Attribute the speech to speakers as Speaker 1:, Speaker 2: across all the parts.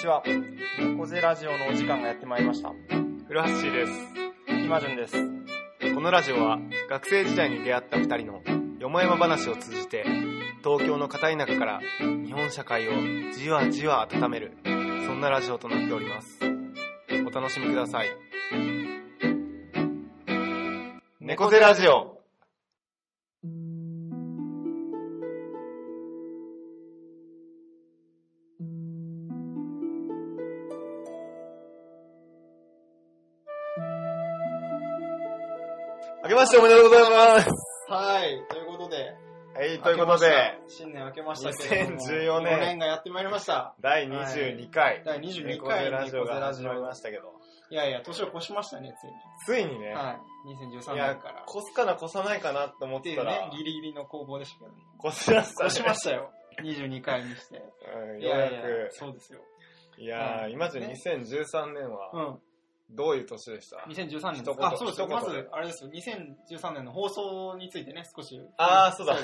Speaker 1: ちは。猫背ラジオのお時間がやってまいりました。
Speaker 2: 古橋です。
Speaker 1: 今順です。
Speaker 2: このラジオは学生時代に出会った二人のよもやま話を通じて東京の片田舎から日本社会をじわじわ温めるそんなラジオとなっております。お楽しみください。猫背ラジオ
Speaker 3: 明けましておめでとうございます。はい、ということで。
Speaker 2: はい、ということで、
Speaker 3: 明けました新年明けましたけれども。
Speaker 2: 2014年
Speaker 3: 4年がやってまいりました。
Speaker 2: 第22回、
Speaker 3: 第22
Speaker 2: 猫
Speaker 3: 回
Speaker 2: 背ラジオが
Speaker 3: 猫背
Speaker 2: 始まりましたけど、
Speaker 3: いやいや、年を越しましたね、ついに。
Speaker 2: ついにね、
Speaker 3: はい、2013
Speaker 2: いや
Speaker 3: 年から。っ
Speaker 2: 越すかな越さないかなと思って
Speaker 3: い
Speaker 2: た
Speaker 3: うね
Speaker 2: ら、、
Speaker 3: ギリギリの攻防でしたけどね。
Speaker 2: 越しました、ね。
Speaker 3: 越しましたよ。22回にして。
Speaker 2: うん
Speaker 3: い
Speaker 2: ようや
Speaker 3: やい
Speaker 2: く
Speaker 3: や、そうですよ。
Speaker 2: いやー、
Speaker 3: うん
Speaker 2: 今じゃ
Speaker 3: ね
Speaker 2: 2013年
Speaker 3: う
Speaker 2: は、
Speaker 3: ん。
Speaker 2: どういう年でした、
Speaker 3: 2013年
Speaker 2: 一言
Speaker 3: あ、そうですよ。
Speaker 2: 一言
Speaker 3: まず、あれですよ。2013年の放送についてね、少し。
Speaker 2: あー、そうだ。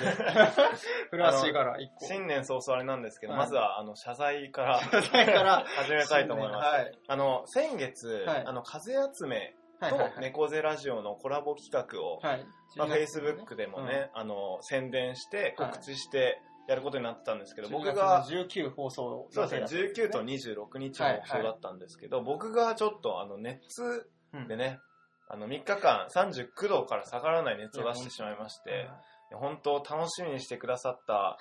Speaker 3: フラッシーから1個。
Speaker 2: 新年早々あれなんですけど、
Speaker 3: はい
Speaker 2: まずは、あの、謝罪 から
Speaker 3: だから、
Speaker 2: 始めたいと思います。
Speaker 3: はい。
Speaker 2: あの、先月、
Speaker 3: はい
Speaker 2: あの、風集め
Speaker 3: はいはい
Speaker 2: と
Speaker 3: はい。
Speaker 2: 猫背ラジオのコラボ企画を、
Speaker 3: はい。
Speaker 2: まあ、
Speaker 3: 12月のね
Speaker 2: Facebook でもね、あの、宣伝して、告知して、やることになってたんですけど、僕
Speaker 3: 僕
Speaker 2: が
Speaker 3: が、19放送
Speaker 2: そうですね、19と
Speaker 3: ね
Speaker 2: 26日の放送だったんですけど、僕がちょっと、あの、熱でね、あの、3日間39度から下がらない熱を出してしまいまして、本当楽しみにしてくださった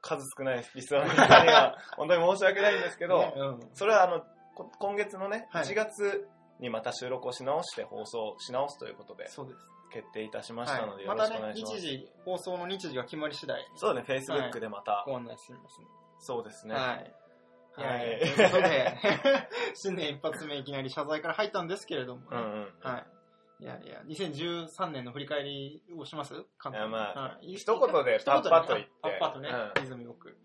Speaker 2: 数少ないリスナーの方に は本当に申し訳ないんですけ
Speaker 3: け
Speaker 2: ど、
Speaker 3: うん
Speaker 2: それはあのこ今月のね
Speaker 3: はい
Speaker 2: 1月にまた収録をし直して放送し直すということで
Speaker 3: そうです、
Speaker 2: 決定いたしましたの
Speaker 3: は
Speaker 2: で
Speaker 3: い、
Speaker 2: よ
Speaker 3: ま
Speaker 2: ろし
Speaker 3: た
Speaker 2: くお
Speaker 3: ね
Speaker 2: 願いします、
Speaker 3: 日時放送の日時が決まり次第
Speaker 2: そうね Facebook でまた、
Speaker 3: ご案内しますね
Speaker 2: そうですね、
Speaker 3: はいい
Speaker 2: は
Speaker 3: や
Speaker 2: い
Speaker 3: いやということ で新年一発目いきなり謝罪から入ったんですけれども、
Speaker 2: うんうん
Speaker 3: はいいやいや2013年の振り返りをします簡単に
Speaker 2: いやまあ
Speaker 3: はい
Speaker 2: 一言で
Speaker 3: 一
Speaker 2: パ
Speaker 3: 言
Speaker 2: ッパッと言って
Speaker 3: パッパッとね、
Speaker 2: うん
Speaker 3: リズムよく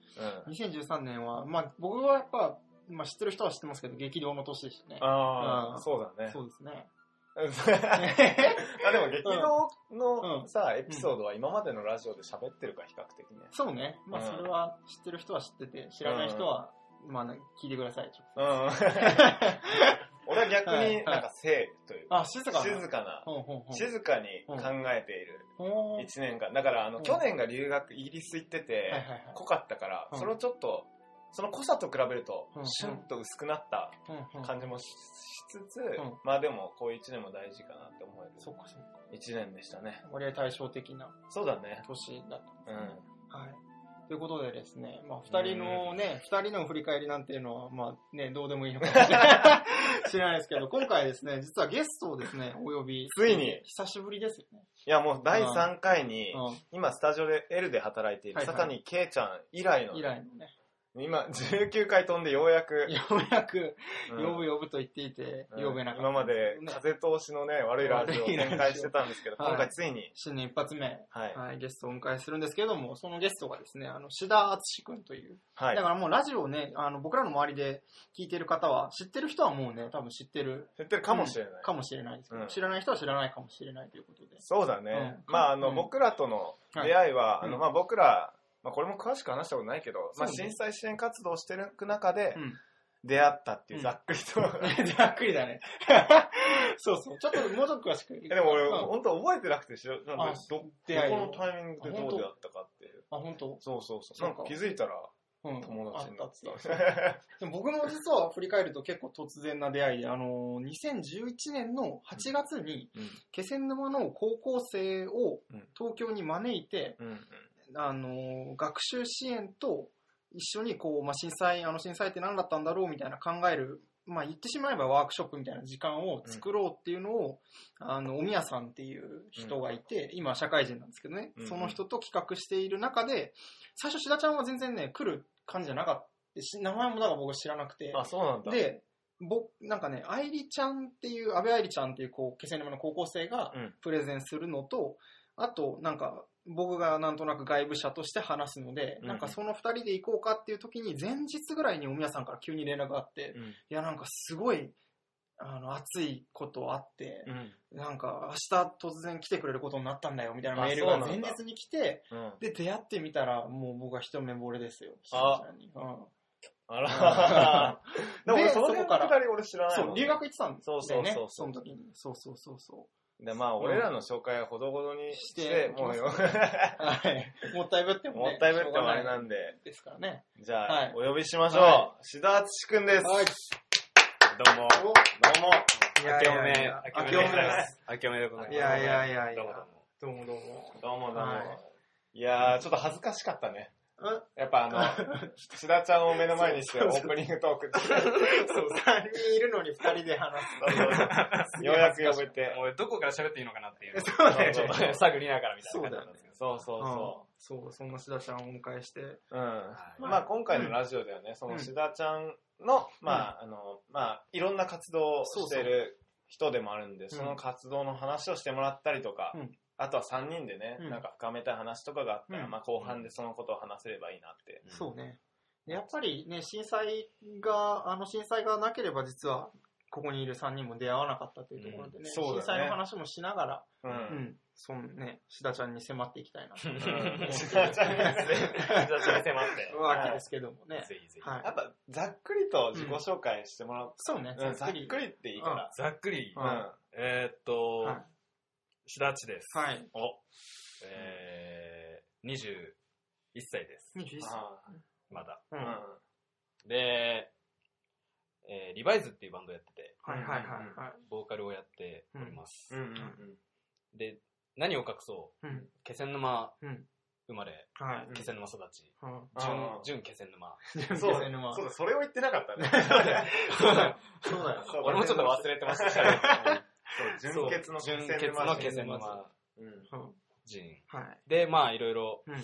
Speaker 2: うん
Speaker 3: 2013年はまあ僕はやっぱ、まあ、知ってる人は知ってますけど激動の年でしたね
Speaker 2: あ
Speaker 3: う
Speaker 2: あ
Speaker 3: ん
Speaker 2: そうだね
Speaker 3: そうですね
Speaker 2: あでも激動
Speaker 3: う
Speaker 2: の
Speaker 3: ん
Speaker 2: さエピソードは今までのラジオで喋ってるから比較的ね
Speaker 3: そうね。まあ、
Speaker 2: うん
Speaker 3: それは知ってる人は知ってて、知らない人は、まあ、聞いてください。
Speaker 2: うん俺は逆になんかセーブというか
Speaker 3: あ、静かな。
Speaker 2: 静かな、
Speaker 3: ほんほんほん。
Speaker 2: 静かに考えている
Speaker 3: ほー
Speaker 2: 1年間。だから、あ
Speaker 3: う
Speaker 2: の、
Speaker 3: ん
Speaker 2: 去年が留学、イギリス行ってて
Speaker 3: はいはいはい、
Speaker 2: 濃かったから
Speaker 3: う、ん
Speaker 2: それをちょっと、その濃さと比べると
Speaker 3: う、ん
Speaker 2: シュンと薄くなった
Speaker 3: ほんほん
Speaker 2: 感じもししつつ
Speaker 3: ん、
Speaker 2: まあでも、こういう1年も大事かなって思え
Speaker 3: そっ
Speaker 2: る
Speaker 3: かそっか。
Speaker 2: 1年でしたね。
Speaker 3: 割合対照的な
Speaker 2: そうだね。
Speaker 3: 年だった
Speaker 2: う
Speaker 3: んですね。
Speaker 2: ん。
Speaker 3: はい。ということでですね、まあ、二人のね、二人の振り返りなんていうのは、まあね、どうでもいいのかもしれない 知らないですけど、今回ですね、実はゲストをですね、お呼び。
Speaker 2: ついに
Speaker 3: 久しぶりですよね。
Speaker 2: いや、もう第3回に、
Speaker 3: う
Speaker 2: 今、スタジオで L で働いている
Speaker 3: はいはい
Speaker 2: 佐谷圭ちゃん以来の
Speaker 3: ん。以、来のね、
Speaker 2: 今、19回飛んでようやく、
Speaker 3: ようやく、
Speaker 2: うん
Speaker 3: 呼ぶ呼ぶと言っていて、
Speaker 2: うん
Speaker 3: 呼べなかった。
Speaker 2: 今まで
Speaker 3: ね
Speaker 2: 風通しのね、悪いラジオを
Speaker 3: 悪いラジオ
Speaker 2: 展開してたんですけど、
Speaker 3: はい
Speaker 2: 今回ついに、
Speaker 3: 新年一発目、
Speaker 2: はい。
Speaker 3: はい、ゲストをお迎えするんですけれども、そのゲストがですね、あの、志田敦君という。
Speaker 2: は
Speaker 3: だ
Speaker 2: い。
Speaker 3: からもうラジオをね、あの、僕らの周りで聞いてる方は、知ってる人はもうね、多分知ってる。
Speaker 2: 言ってるかもしれない。
Speaker 3: かもしれないですけど、
Speaker 2: うん
Speaker 3: 知らない人は知らないかもしれないということで。
Speaker 2: そうだね。
Speaker 3: うん
Speaker 2: まあ、あの、
Speaker 3: うん
Speaker 2: 僕らとの出会いは、
Speaker 3: はい
Speaker 2: あ
Speaker 3: う
Speaker 2: の、
Speaker 3: ん
Speaker 2: まあ僕ら、まあこれも詳しく話したことないけど、まあ
Speaker 3: そうね
Speaker 2: 震災支援活動をしてる中で
Speaker 3: うん。
Speaker 2: 出会ったっていううんざっくりと。
Speaker 3: ざっくりだね。そうそう。ちょっともうちょっと詳しく。
Speaker 2: えでも俺、
Speaker 3: うん
Speaker 2: 本当覚えてなくて、しなんか
Speaker 3: あ
Speaker 2: ど、ど
Speaker 3: 出会いを
Speaker 2: このタイミングでどう出会ったかっていう。
Speaker 3: あ、本当
Speaker 2: そうそうそう。
Speaker 3: そう
Speaker 2: な
Speaker 3: か
Speaker 2: んか気づいたら
Speaker 3: うん。
Speaker 2: 友達になって
Speaker 3: あった
Speaker 2: た
Speaker 3: ていう。でも僕も実は振り返ると結構突然な出会いで、あの、2011年の8月に、
Speaker 2: うん
Speaker 3: 気仙沼の高校生を
Speaker 2: うん
Speaker 3: 東京に招いて、
Speaker 2: うんうん。
Speaker 3: あの、学習支援と一緒にこう、まあ、震災、あの震災って何だったんだろうみたいな考える、まあ、言ってしまえばワークショップみたいな時間を作ろうっていうのを、あの、おみやさんっていう人がいて、今社会人なんですけどね、
Speaker 2: うんうん
Speaker 3: その人と企画している中で、最初、志田ちゃんは全然ね、来る感じじゃなかったし。名前もだから僕知らなくて。
Speaker 2: あ、そうなんだ。
Speaker 3: で、僕、なんかね、愛理ちゃんっていう、安倍愛理ちゃんっていう、こう、気仙沼の高校生が
Speaker 2: うん
Speaker 3: プレゼンするのと、あと、なんか、僕がなんとなく外部者として話すので、
Speaker 2: うん
Speaker 3: なんかその二人で行こうかっていう時に、前日ぐらいにおみやさんから急に連絡があって、
Speaker 2: うん。
Speaker 3: いや、なんかすごい、あの、熱いことあって、
Speaker 2: うん。
Speaker 3: なんか明日突然来てくれることになったんだよみたいなメール
Speaker 2: あ
Speaker 3: が
Speaker 2: そうな
Speaker 3: 前
Speaker 2: んだ
Speaker 3: 日に来て、
Speaker 2: うん。
Speaker 3: で、出会ってみたら、もう僕は一目惚れですよ。
Speaker 2: あ
Speaker 3: 久々にうん
Speaker 2: あらでも
Speaker 3: で
Speaker 2: 俺その辺
Speaker 3: そこか
Speaker 2: の
Speaker 3: ら
Speaker 2: くだり俺知らない
Speaker 3: そ
Speaker 2: も
Speaker 3: う、
Speaker 2: ん
Speaker 3: 留学行ってたんです
Speaker 2: そうそうそうそう
Speaker 3: ね。その時に。そうそうそうそう。
Speaker 2: で、まあ俺らの紹介はほどほどにして、
Speaker 3: して
Speaker 2: もうよ
Speaker 3: はい。もったいぶっても、ね。
Speaker 2: もったいぶってもあれ
Speaker 3: しょう
Speaker 2: な
Speaker 3: が
Speaker 2: いんで、
Speaker 3: ですからね。
Speaker 2: じゃあ、
Speaker 3: はい
Speaker 2: お呼びしましょう。
Speaker 3: は
Speaker 2: 志田敦くんです。
Speaker 3: い。
Speaker 4: どうも。どうも。明けおめ。
Speaker 3: 明けお
Speaker 4: お
Speaker 3: め
Speaker 4: め
Speaker 3: で
Speaker 4: ですす。明けおめでございます。
Speaker 3: いやいやいやいや
Speaker 4: どうもどうも。
Speaker 3: どう
Speaker 2: どうもど
Speaker 3: もどうも。
Speaker 2: うも。
Speaker 3: はい
Speaker 2: い、やー、ちょっと恥ずかしかったね。
Speaker 3: あ
Speaker 2: やっぱあの、志田ちゃんを目の前にしてオープニングトーク
Speaker 3: そう、3人いるのに2人で話す。
Speaker 2: ようやく呼べて。
Speaker 4: 俺どこから喋っていいのかなっていう。
Speaker 3: そうだよね
Speaker 4: ちょっと探りながらみたいな感じだったんですけど。
Speaker 2: そうそうそ
Speaker 3: うん そう、そんな須田ちゃんをお迎えして。
Speaker 2: う。うん。
Speaker 4: はい
Speaker 2: まあ今回のラジオではね、その志田ちゃんの、まああの、まあいろんな活動をしてる人でもあるんで、
Speaker 3: そう
Speaker 2: その活動の話をしてもらったりとか、
Speaker 3: うん
Speaker 2: あとは3人でね、
Speaker 3: うん
Speaker 2: なんか深めたい話とかがあったら、
Speaker 3: うん
Speaker 2: まあ後半でそのことを話せればいいなって。
Speaker 3: そうね。でやっぱりね、震災が、あの震災がなければ実は、ここにいる3人も出会わなかったというところでね、
Speaker 2: うんそうだね
Speaker 3: 震災の話もしながら、
Speaker 2: うん。
Speaker 3: う
Speaker 2: うん
Speaker 3: ん、そのね、志田ちゃんに迫っていきたいな、と
Speaker 2: 志田ちゃんが ね
Speaker 4: じゃあ、それ迫って。
Speaker 3: わけですけどもね。
Speaker 4: ぜひぜひ。
Speaker 3: はい
Speaker 2: やっぱざっくりと自己紹介してもらう。
Speaker 3: そうね、
Speaker 2: うん、ざっく
Speaker 3: り。
Speaker 2: りっていいから。
Speaker 4: ざっくり
Speaker 3: う、ん
Speaker 4: えーっと、
Speaker 3: は
Speaker 4: しだちです。
Speaker 3: い。はい。
Speaker 4: お、えー、21歳です。
Speaker 3: 21歳。
Speaker 2: あ
Speaker 4: まだ。
Speaker 3: うん。
Speaker 2: ー
Speaker 3: はい
Speaker 4: で、えー、リバイズっていうバンドやってて、
Speaker 3: はいはいは
Speaker 4: ボーカルをやっております。
Speaker 2: うんうんうん
Speaker 4: で、何を隠そう、
Speaker 3: い。うん。
Speaker 4: 気仙沼
Speaker 3: うん
Speaker 4: 生まれ、
Speaker 3: は
Speaker 4: 気仙沼育ち、
Speaker 3: い。
Speaker 2: あー
Speaker 4: 純純気 仙沼。
Speaker 3: うん。
Speaker 2: そう
Speaker 3: そう
Speaker 2: だ
Speaker 3: だ
Speaker 2: そうだ、それを言ってなかったね。
Speaker 3: そうだよ。
Speaker 2: そう
Speaker 4: 俺もちょっと忘れてましたけど。
Speaker 2: そう純血の気仙
Speaker 4: 純
Speaker 2: 沼
Speaker 4: 血の気仙沼
Speaker 2: うん
Speaker 3: うん
Speaker 4: 人。
Speaker 3: はい。
Speaker 4: で、まあいろいろ
Speaker 3: うん、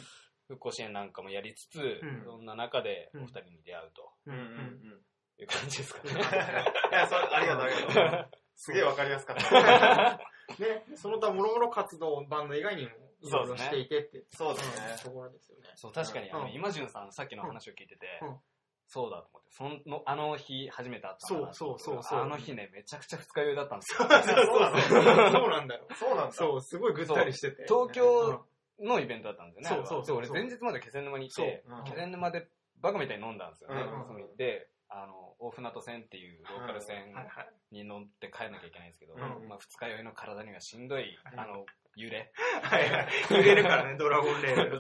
Speaker 4: 復興支援なんかもやりつつ、
Speaker 3: ん
Speaker 4: そんな中で
Speaker 3: う
Speaker 4: お
Speaker 3: ん
Speaker 4: 二人に出会うと
Speaker 3: うん
Speaker 2: うんうん
Speaker 3: うん。
Speaker 2: うん
Speaker 4: いう感じですかね。
Speaker 2: いや、そう、ありがとう、ありがとう。すげえわかりやすかった。
Speaker 3: ね、 その他もろもろ活動、バンド以外にもいろいろしていてって、
Speaker 2: そう
Speaker 3: うんところですよね。
Speaker 4: そう、確かに、あ
Speaker 3: う
Speaker 4: の、
Speaker 3: ん
Speaker 4: 今潤さんさっきの話を聞いてて
Speaker 3: うん、
Speaker 4: そうだと思って、その、あの日初めて会ったんだなと思って
Speaker 3: そうそうそうそう
Speaker 4: あの日ね、めちゃくちゃ二日酔いだったんですよ。
Speaker 2: そうなんだ
Speaker 3: そうなんだよ。
Speaker 2: そうなんだ。
Speaker 3: そう、すごいぐったりしてて。
Speaker 4: 東京のイベントだったんですよね。
Speaker 3: そうそうそう
Speaker 4: あれはで俺前日まで気仙沼にいて
Speaker 2: そううん、
Speaker 4: 気仙沼でバカみたいに飲んだんですよね
Speaker 2: うん。
Speaker 4: そので、あの、大船渡線っていうローカル線
Speaker 3: はいはい。
Speaker 4: に乗って帰らなきゃいけないんですけど、
Speaker 2: うん
Speaker 4: まあ二日酔いの体にはしんどい、あの、揺れ。
Speaker 3: はいはい。揺れるからね、ドラゴンレール。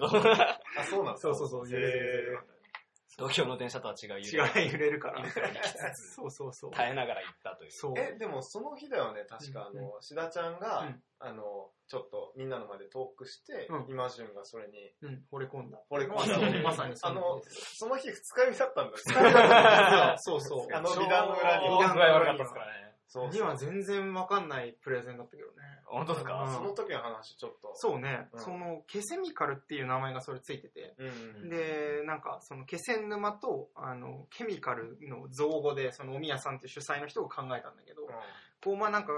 Speaker 2: あ、そうなんだ。
Speaker 3: そうそうそう、揺れる
Speaker 4: 東京の電車とは違う揺れ
Speaker 3: 揺れる。違う、揺れるから
Speaker 4: イン。フラに来つつ
Speaker 3: そうそうそう。
Speaker 4: 耐えながら行ったという。
Speaker 3: そう。
Speaker 2: え、でもその日だよね、確か、あの、志田ちゃん
Speaker 3: う
Speaker 2: が
Speaker 3: ん、
Speaker 2: あの、ちょっとみんなの前でトークして
Speaker 3: う、ん
Speaker 2: 今順がそれに、
Speaker 3: うん、惚れ込んだ。
Speaker 2: 惚れ込んだ
Speaker 3: うんまさにそ
Speaker 2: あ
Speaker 3: う。
Speaker 2: の、その日二日酔いだったんだ。二日酔いだったんだ
Speaker 3: そうそう。
Speaker 2: あの美談の裏に
Speaker 4: 美談の裏に。ね。
Speaker 2: そう
Speaker 3: には全然わかんないプレゼンだったけどね。
Speaker 4: 本当です
Speaker 3: うん
Speaker 4: か
Speaker 2: その時の話、ちょっと。
Speaker 3: そうね、
Speaker 2: うん
Speaker 3: その、ケセミカルっていう名前がそれついてて、
Speaker 2: うんうん。
Speaker 3: で、なんか、その、気仙沼と、あの、ケミカルの造語で、その、お宮さんっていう主催の人が考えたんだけど、こう、まあなんか、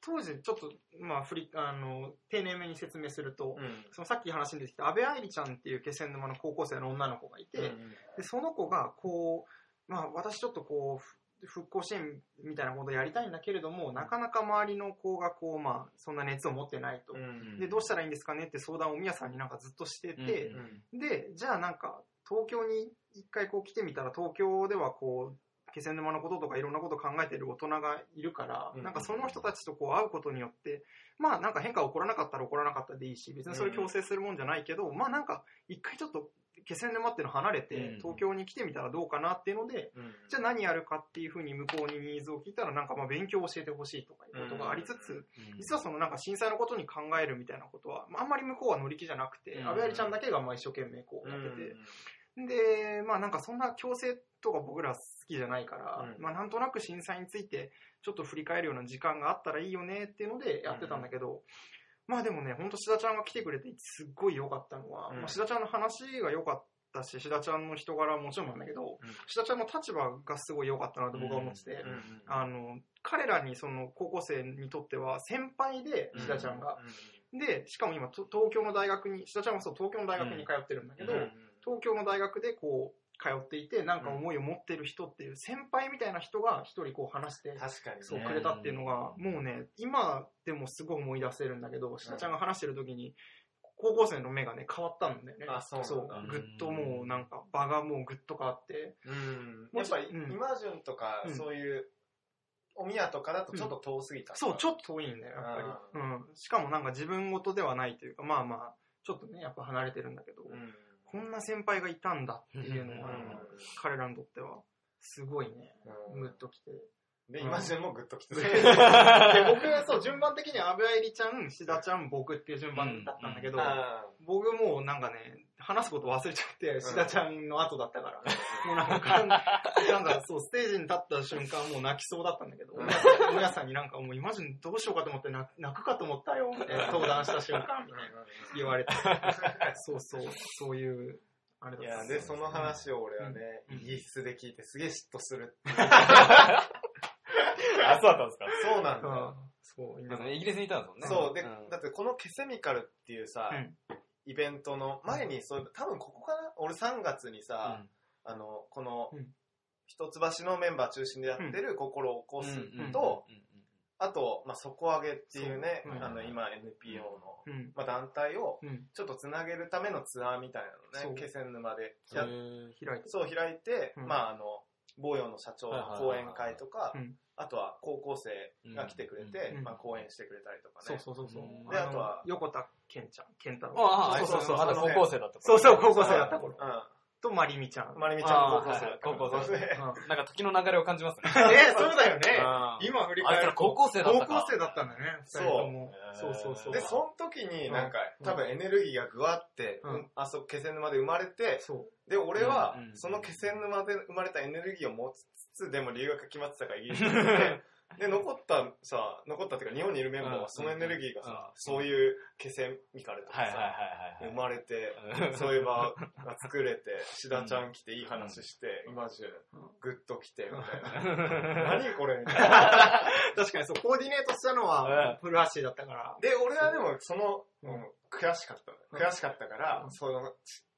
Speaker 3: 当時、ちょっと、まあ、ふり、あの、丁寧めに説明すると、
Speaker 2: うんうん。
Speaker 3: そのさっき話に出てきた安倍愛理ちゃんっていう気仙沼の高校生の女の子がいて、
Speaker 2: うん
Speaker 3: でその子がこう、まあ、私ちょっとこうふ復興支援みたいなことやりたいんだけれどもなかなか周りの子がこう、まあ、そんな熱を持ってないと、
Speaker 2: うん
Speaker 3: でどうしたらいいんですかねって相談を宮さんになんかずっとして
Speaker 4: うん
Speaker 3: て、でじゃあなんか東京に一回こう来てみたら東京ではこう気仙沼のこととかいろんなこと考えてる大人がいるから、
Speaker 2: うん
Speaker 3: なんかその人たちとこう会うことによってまあなんか変化起こらなかったら起こらなかったでいいし別にそれ強制するもんじゃないけど、まあなんか一回ちょっと気仙沼っていうの離れて
Speaker 4: うん
Speaker 3: 東京に来てみたらどうかなっていうので、
Speaker 2: うん
Speaker 3: じゃあ何やるかっていうふうに向こうにニーズを聞いたらなんかまあ勉強を教えてほしいとかいうことがありつつ、
Speaker 2: うん
Speaker 3: 実はそのなんか震災のことに考えるみたいなことは、まあ、あんまり向こうは乗り気じゃなくて、
Speaker 2: うん
Speaker 3: 安倍有里ちゃんだけがまあ一生懸命こうやってて、で、まあなんかそんな強制とか僕ら好きじゃないから、
Speaker 2: うん
Speaker 3: まあなんとなく震災についてちょっと振り返るような時間があったらいいよねっていうのでやってたんだけど、まあでもね、ほんと志田ちゃんが来てくれてすっごい良かったのは、
Speaker 2: うん
Speaker 3: まあ、志田ちゃんの話が良かったし、志田ちゃんの人柄はもちろんなんだけど、
Speaker 2: うん
Speaker 3: 志田ちゃんの立場がすごい良かったなと僕は思ってて、
Speaker 2: うんうん
Speaker 3: あの、彼らにその高校生にとっては先輩で、志田ちゃんが。で、しかも今、と東京の大学に、志田ちゃんはそう、東京の大学に通ってるんだけ
Speaker 2: うん
Speaker 3: ど、
Speaker 2: うん
Speaker 3: 東京の大学でこう、通っていて、なんか思いを持ってる人っていう、先輩みたいな人が一人こう話して、
Speaker 2: 確かにね
Speaker 3: そうくれたっていうのが、もうね、今でもすごい思い出せるんだけど、志田ちゃんが話してる時に、高校生の目がね、変わったんだよね。
Speaker 2: あそうなんだ
Speaker 3: そうぐっともうなんか、場がもうぐっと変わって、
Speaker 2: うん。
Speaker 3: も
Speaker 2: や
Speaker 3: う
Speaker 2: っ
Speaker 3: ちょ
Speaker 2: ぱ
Speaker 3: っ
Speaker 2: り、
Speaker 3: とうん
Speaker 2: イマジュンとか、
Speaker 3: うん
Speaker 2: そういう、お宮とかだとちょっと遠すぎた、
Speaker 3: そう、ち
Speaker 2: ょっ
Speaker 3: ょっと遠いんだよ、やっぱり。うん。しかもなんか自分事ではないというか、まあまあ、ちょっとね、やっぱ離れてるんだけど、
Speaker 2: うん。うん
Speaker 3: こんな先輩がいたんだっていうの
Speaker 2: う
Speaker 3: が、
Speaker 2: ん
Speaker 3: 彼らにとっては、すごいね、
Speaker 2: う
Speaker 3: ムッ
Speaker 2: ん
Speaker 3: ときて。
Speaker 2: で、
Speaker 3: うん
Speaker 2: イマジュンもグッときて
Speaker 3: で、で
Speaker 2: る。
Speaker 3: 僕はそう、順番的に安部愛理ちゃん、志田ちゃん、僕っていう順番だったんだけど、
Speaker 2: あ
Speaker 3: 僕もうなんかね、話すこと忘れちゃって、志田ちゃんの後だったから、もうなんか、なんかそう、ステージに立った瞬間もう泣きそうだったんだけど、皆さんになんかもうイマジンどうしようかと思って泣泣くかと思ったよ、みたいな登壇した瞬間、みたいな言われ て、そうそう、そういう、あれ
Speaker 2: ーい
Speaker 3: だ
Speaker 2: や、で、その話を俺はね、
Speaker 3: うん
Speaker 2: イギリスで聞いてすげえ嫉妬する。
Speaker 4: あ、そうだったんですか
Speaker 2: そうなん
Speaker 3: う
Speaker 2: だ
Speaker 3: ん
Speaker 2: よ。
Speaker 3: そう、
Speaker 4: で
Speaker 3: 今
Speaker 4: もねイギリスにいたんですも
Speaker 2: そ
Speaker 4: んね。
Speaker 2: う、で、
Speaker 4: ん
Speaker 2: だってこのケセミカルっていうさ、
Speaker 3: うん
Speaker 2: イベントの前に、そういえば多分ここかな俺3月にさ、あの、この
Speaker 3: うん、
Speaker 2: 一橋のメンバー中心でやってる心を起こす
Speaker 4: うん
Speaker 2: と、、
Speaker 4: うんうんうん
Speaker 2: あと、まあ、底上げっていうね、
Speaker 3: そううん
Speaker 2: あの、今 NPO の、
Speaker 3: うん、
Speaker 2: まあ、団体を
Speaker 3: うん、
Speaker 2: ちょっとつなげるためのツアーみたいな
Speaker 3: そ
Speaker 2: の
Speaker 3: う
Speaker 2: ね、気仙沼で
Speaker 4: へ
Speaker 2: やっ
Speaker 4: ー
Speaker 3: 開いて。
Speaker 2: そう開いて、
Speaker 3: うん
Speaker 2: まああの坊陽の社長の講演会とか、
Speaker 3: はいはいはいはいうん
Speaker 2: あとは高校生が来てくれて、
Speaker 3: うん
Speaker 2: まあ、講演してくれたりとか
Speaker 3: そう
Speaker 2: ね、
Speaker 3: そうそうそう。
Speaker 2: であとは
Speaker 3: の横田健ちゃん、健太郎。
Speaker 4: ああ、
Speaker 2: そ
Speaker 4: そうう
Speaker 2: そ
Speaker 4: そうう
Speaker 2: そう
Speaker 4: まだ高校生だった
Speaker 3: そうそう、高
Speaker 2: 高
Speaker 3: 校生だった頃。と、まりみちゃん。
Speaker 2: うんまりみちゃんも高校生
Speaker 4: あーはい
Speaker 2: だったからね
Speaker 3: うん
Speaker 4: なんか時の流れを感じますね。
Speaker 3: ね、 そうだよね。
Speaker 4: 今、
Speaker 3: 今振り
Speaker 4: あれ
Speaker 3: 返
Speaker 4: か
Speaker 3: る
Speaker 4: ら
Speaker 3: と。
Speaker 4: 高校生だったか。
Speaker 3: 高校生だったんだね、二人とも。
Speaker 4: そう
Speaker 3: そうそうそう。
Speaker 2: でその時になんか、
Speaker 3: うん
Speaker 2: 多分エネルギーがぐわって、
Speaker 3: うん
Speaker 2: うんあそこ気仙沼で生まれて
Speaker 3: そう。
Speaker 2: で俺は
Speaker 4: うんうん
Speaker 2: その気仙沼で生まれたエネルギーを持ちつつでも留学が決まってたからイギ リスに行って。で、残ったさ、残ったっていうか、日本にいるメンバーは、そのエネルギーが
Speaker 4: うんうん
Speaker 2: さ、そういう気仙ミカルとか
Speaker 4: はいはい
Speaker 2: さ、
Speaker 4: はいはい
Speaker 2: 生
Speaker 4: はい。
Speaker 2: まれて、
Speaker 4: うん
Speaker 2: そういえば、が作れて、志田ちゃん来て、いい話して、今中、グッと来て、みたいな。何これ みたいな。
Speaker 3: 確かにそう、コーディネートしたの
Speaker 4: う
Speaker 3: は
Speaker 4: ん、
Speaker 3: フルハッシーだったから。
Speaker 2: で、俺はでも、その、
Speaker 3: うん
Speaker 2: うん悔しかったのよ。悔しかったから
Speaker 3: う、ん
Speaker 2: その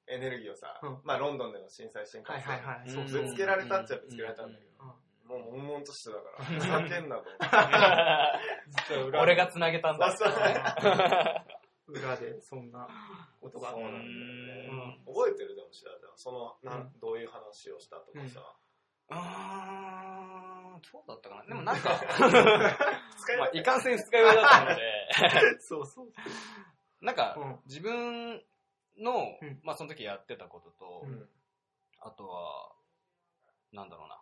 Speaker 2: エネルギーをさ
Speaker 3: うん、
Speaker 2: まあ、ロンドンでの震災新幹
Speaker 3: はいはい
Speaker 2: 線、
Speaker 3: はい。そう
Speaker 2: う
Speaker 3: そ
Speaker 2: そうぶつけられたっちゃぶつけられたんだけど
Speaker 3: うん
Speaker 2: もう、悶々としてた から、ふざけんなと思って。
Speaker 4: うん俺が繋げたん だ。
Speaker 2: そう
Speaker 3: 裏で、そんなことがあっ
Speaker 2: そう
Speaker 3: た
Speaker 2: なん
Speaker 3: の
Speaker 2: だよ
Speaker 4: う
Speaker 2: ね
Speaker 3: ん。
Speaker 2: 覚えてるでも知らない。その、な
Speaker 3: うん
Speaker 2: ん、どういう話をしたとかさ。
Speaker 4: あー、そうだったかな。でもなんか、
Speaker 2: 使え
Speaker 4: ま
Speaker 2: な
Speaker 4: あ
Speaker 2: い、
Speaker 4: いかんせん二日酔いだったの で、
Speaker 3: そうそう。
Speaker 4: なんか
Speaker 3: うん、
Speaker 4: 自分の
Speaker 3: うん、
Speaker 4: まあその時やってたことと
Speaker 3: う、ん
Speaker 4: あとは、なんだろうな。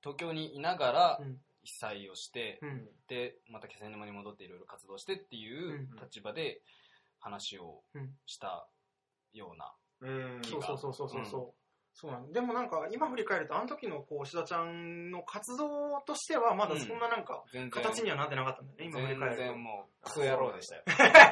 Speaker 4: 東京にいながら
Speaker 3: うん
Speaker 4: 被災をして
Speaker 3: う、ん。
Speaker 4: で、また気仙沼に戻っていろいろ活動してっていう
Speaker 2: うん
Speaker 4: 立場で話をしたような。
Speaker 2: うん。
Speaker 3: そうそうそうそうそうそう。そうなんでもなんか、今振り返ると、あの時のこう、志田ちゃんの活動としては、まだそんななんか、
Speaker 4: 全然。
Speaker 3: 形にはなってなかったんだよね、今振り返る
Speaker 4: 全
Speaker 3: と。
Speaker 4: 然もう、クソ野郎でしたよ。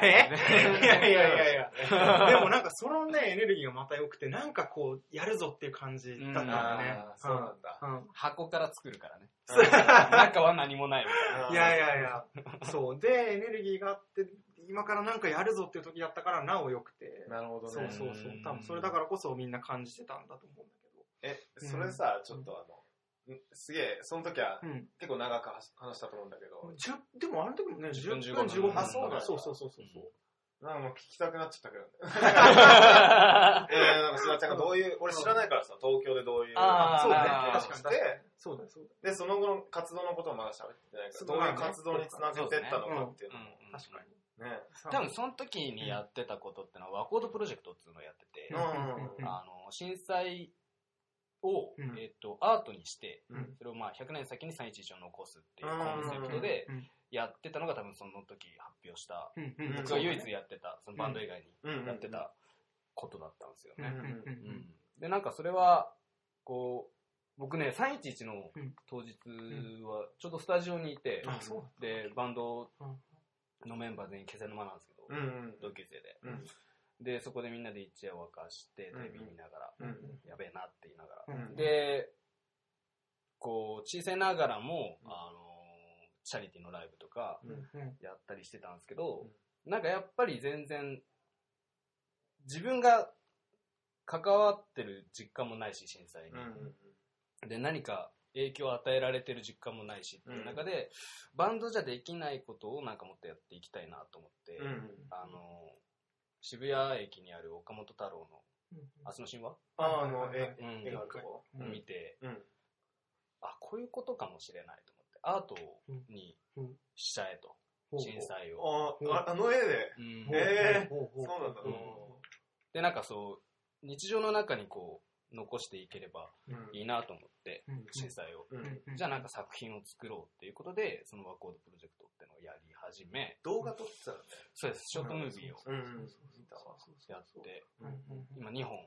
Speaker 3: え いやいやいやいや。
Speaker 4: や
Speaker 3: でもなんかそのね、エネルギーがまた良くて、なんかこう、やるぞっていう感じだったんだよね
Speaker 2: あー。そうなんだ。
Speaker 3: うん
Speaker 4: 箱から作るからね。
Speaker 2: う
Speaker 4: 中は何もないみたいな。
Speaker 3: う
Speaker 2: ん
Speaker 3: んいやいやいや、そう。で、エネルギーがあって、今からなんかやるぞっていう時だったから、なお良くて。
Speaker 2: なるほど
Speaker 3: そう
Speaker 2: ね。
Speaker 3: そうそう。多分それだからこそみんな感じてたんだと思うんだ
Speaker 2: え、それさ、ちょっとあの、んすげえ、その時は
Speaker 3: けど。うん。
Speaker 2: 結構長く話話したと思うんだけど、
Speaker 3: じゅでもあの時もね、10
Speaker 4: 10
Speaker 3: 分
Speaker 4: 分15
Speaker 3: 15分
Speaker 4: 分
Speaker 3: だ
Speaker 2: あそうなんだ
Speaker 3: そうそうそうそう。
Speaker 2: なんかもう聞きたくなっちゃったけどね。えー、なんかすちゃんがどういう、俺知らないからさ、東京でどういう、
Speaker 4: あー
Speaker 3: そうね
Speaker 4: あ。ー
Speaker 3: 確かに確かに
Speaker 2: で、。
Speaker 3: そうだよそうだ
Speaker 2: で、
Speaker 3: よ。
Speaker 2: その後の活動のことをまだ喋ってないか
Speaker 3: そ
Speaker 2: ら、どう
Speaker 3: う
Speaker 2: いう活動につなげてったのかっていうのも
Speaker 4: うん
Speaker 3: 確か
Speaker 2: ね。
Speaker 3: に。
Speaker 4: 多分その時にやってたことってのは、ワコードプロジェクトっていうのをやってて、
Speaker 2: うん
Speaker 4: あの、震災を、
Speaker 3: うん
Speaker 4: えっと、アートにして、
Speaker 2: うん
Speaker 4: それをまあ100年先に311を残すっていうコンセプトで
Speaker 3: うん
Speaker 4: やってたのが多分その時発表した、
Speaker 3: うんうん
Speaker 2: うん
Speaker 4: 僕が唯一やってた、そのバンド以外
Speaker 2: うんうんうん
Speaker 4: にやってたことだったんですよ
Speaker 3: うん
Speaker 4: ね。
Speaker 3: うんうん
Speaker 4: うんで、なんかそれは、こう、僕ね、311の
Speaker 3: うん
Speaker 4: 当日はちょうどスタジオにいて、
Speaker 3: あ、そうだ
Speaker 4: で、バンド
Speaker 3: うん
Speaker 4: のメンバー全員気仙沼なんですけど、
Speaker 2: うんうん。
Speaker 4: 同級生で。
Speaker 2: うん
Speaker 4: で、そこでみんなで一夜沸かして、テレビ見なが
Speaker 2: うん
Speaker 4: ら、やべえなって言いながら。
Speaker 2: うん
Speaker 4: で、こう、小さいながらも、あの、チャリティのライブとか
Speaker 2: うん
Speaker 4: やったりしてたんですけど、なんかやっぱり全然、自分が関わってる実感もないし、震災に。で、何か影響を与えられてる実感もないしっていう中で、バンドじゃできないことをなんかもっとやっていきたいなと思って、
Speaker 2: うんうん
Speaker 4: あの、渋谷駅にある岡本太郎の明日の神話、
Speaker 2: ああの、え、
Speaker 4: うん
Speaker 2: 絵があるとこ
Speaker 4: うん見て、
Speaker 2: うん
Speaker 4: あ、こういうことかもしれないと思って、アートに
Speaker 3: うん
Speaker 4: しちゃえと、震災を。
Speaker 2: ああ、あの絵で。
Speaker 4: うん
Speaker 2: え
Speaker 3: そ
Speaker 2: そうなんだ。
Speaker 4: うんで、なんかそう、日常の中にこう、残していければ
Speaker 2: うん
Speaker 4: いいなと思って、
Speaker 3: うん
Speaker 4: 震災を。
Speaker 2: うん
Speaker 4: じゃあなんか作品を作ろうっていうことで、そのワーコードプロジェクトっていうのをやり始め、
Speaker 2: 動画撮ってたんだよ。
Speaker 4: そうです、ショートムービーを
Speaker 2: うん。
Speaker 4: やって、
Speaker 2: うん
Speaker 4: 今2本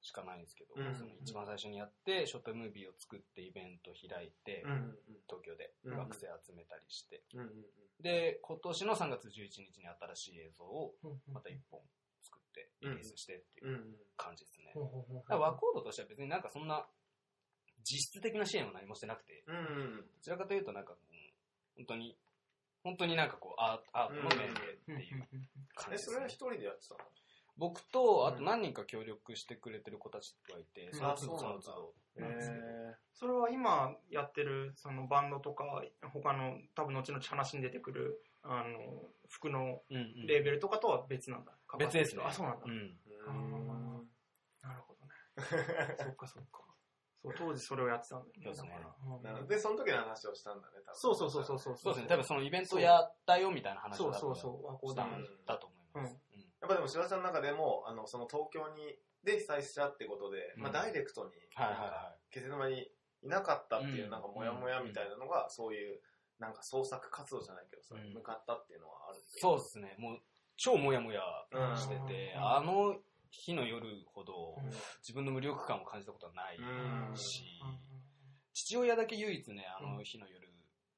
Speaker 4: しかないんですけど、
Speaker 2: うん
Speaker 4: その一番最初にやって、ショートムービーを作ってイベント開いて、
Speaker 2: うん。
Speaker 4: 東京で
Speaker 2: うん
Speaker 4: 学生集めたりして、
Speaker 2: うん。。
Speaker 4: で、今年の3月11日に新しい映像をまた1本作ってリリースしてっていううん感じですね。だからワコードとしては別になんかそんな実質的な支援は何もしてなくて、
Speaker 2: うん。うん。
Speaker 4: どちらかというとなんかもう本当に、本当になんかこうアーアートの面でっていう
Speaker 2: え、
Speaker 4: 感じです
Speaker 2: それ
Speaker 4: ね
Speaker 2: は一。人でやってたの
Speaker 4: 僕と、あと何人か協力してくれてる子たちがいて、その都度
Speaker 2: あそ
Speaker 4: そ
Speaker 2: うな
Speaker 4: の
Speaker 2: んだ
Speaker 4: 都
Speaker 2: え
Speaker 4: 度なんですけど。
Speaker 3: それは今やってるそのバンドとか他の多分後々話に出てくるあの服の
Speaker 4: うんうん
Speaker 3: レーベルとかとは別なんだ、
Speaker 4: 別ですね
Speaker 3: あそうなんだ、
Speaker 4: うん
Speaker 2: うん。
Speaker 3: なるほどねそっかそっかそう当時それをやってたんだよね
Speaker 4: そうですね
Speaker 3: だからうん
Speaker 2: なので、その時の話をしたんだね、多分
Speaker 3: そうそうそうそうそう
Speaker 4: そうですね、多分そのイベント
Speaker 3: そう
Speaker 4: やったよみたいな話だ
Speaker 3: そう
Speaker 4: と
Speaker 3: そ
Speaker 4: 思
Speaker 3: うそう和光
Speaker 4: した
Speaker 3: 団
Speaker 4: んだと思います。うん
Speaker 2: やっぱでも、志田さんの中でも、あの、その東京に、で被災したってことで、まあ、
Speaker 4: うん
Speaker 2: ダイレクトに、
Speaker 4: はいはいはい。
Speaker 2: 気仙沼にいなかったっていうう、
Speaker 4: ん
Speaker 2: なんか、モヤモヤみたいなのが、そういう、なんか、創作活動じゃないけどさ、
Speaker 4: うん
Speaker 2: 向かったっていうのはあるんだよね
Speaker 4: そうですね。もう、超もやもやしてて、
Speaker 3: うん
Speaker 4: あの日の夜ほど
Speaker 3: うん
Speaker 4: 自分の無力感を感じたことはない
Speaker 2: うん
Speaker 4: し、
Speaker 3: う
Speaker 4: 父親だけ唯一ね、あの日の夜、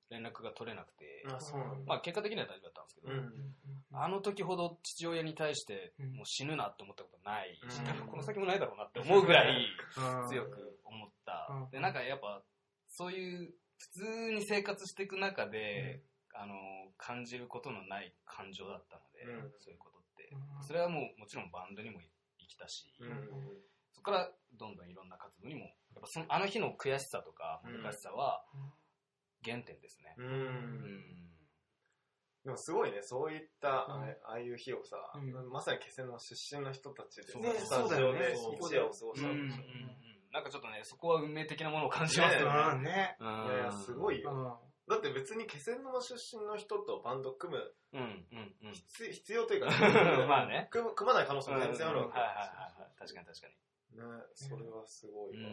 Speaker 4: 連絡が取れなくて、
Speaker 2: あ、そうなんだ。
Speaker 4: まあ結果的には大丈夫だったんですけど、
Speaker 2: うん。
Speaker 4: あの時ほど父親に対して
Speaker 3: うん
Speaker 4: もう死ぬなって思ったことないし、
Speaker 2: うん
Speaker 4: 多分この先もないだろうなって思うぐらい
Speaker 3: ん
Speaker 4: 強く思った
Speaker 3: うん。
Speaker 4: で、なんかやっぱ、そういう普通に生活していく中で、あの、感じることのない感情だったので、
Speaker 2: うん
Speaker 4: そういうことって。
Speaker 3: うん
Speaker 4: それはもうもちろんバンドにも生きたし、
Speaker 2: うん。
Speaker 4: そこからどんどんいろんな活動にも、やっぱそのあの日の悔しさとか
Speaker 2: うん
Speaker 4: 難しさは原点ですね。
Speaker 2: う。
Speaker 4: うんん。
Speaker 2: でもすごいね、そういった、
Speaker 3: うん
Speaker 2: あれああいう日をさ、
Speaker 3: うん
Speaker 2: まさに気仙の出身の人たちで、
Speaker 4: そうね
Speaker 2: スタジオで
Speaker 3: そうだよね
Speaker 2: 一夜を過ご
Speaker 4: う
Speaker 2: し
Speaker 4: ん
Speaker 2: た
Speaker 4: う
Speaker 2: わ
Speaker 4: んう
Speaker 2: けでしょ。
Speaker 4: んなんかちょっとね、そこは運命的なものを感じますよね。
Speaker 3: ああね
Speaker 4: うん
Speaker 2: いやいや、すごいよ。
Speaker 3: ん
Speaker 2: だって別に気仙沼出身の人とバンド組む
Speaker 4: うんうんうん。
Speaker 2: 必必要というか、
Speaker 4: まあね
Speaker 2: 組む組まない可能性も全然あるわ
Speaker 4: うん
Speaker 2: け
Speaker 4: はいはいはいはい。確かに確か
Speaker 2: ね、それはすごい
Speaker 4: に。
Speaker 2: わ。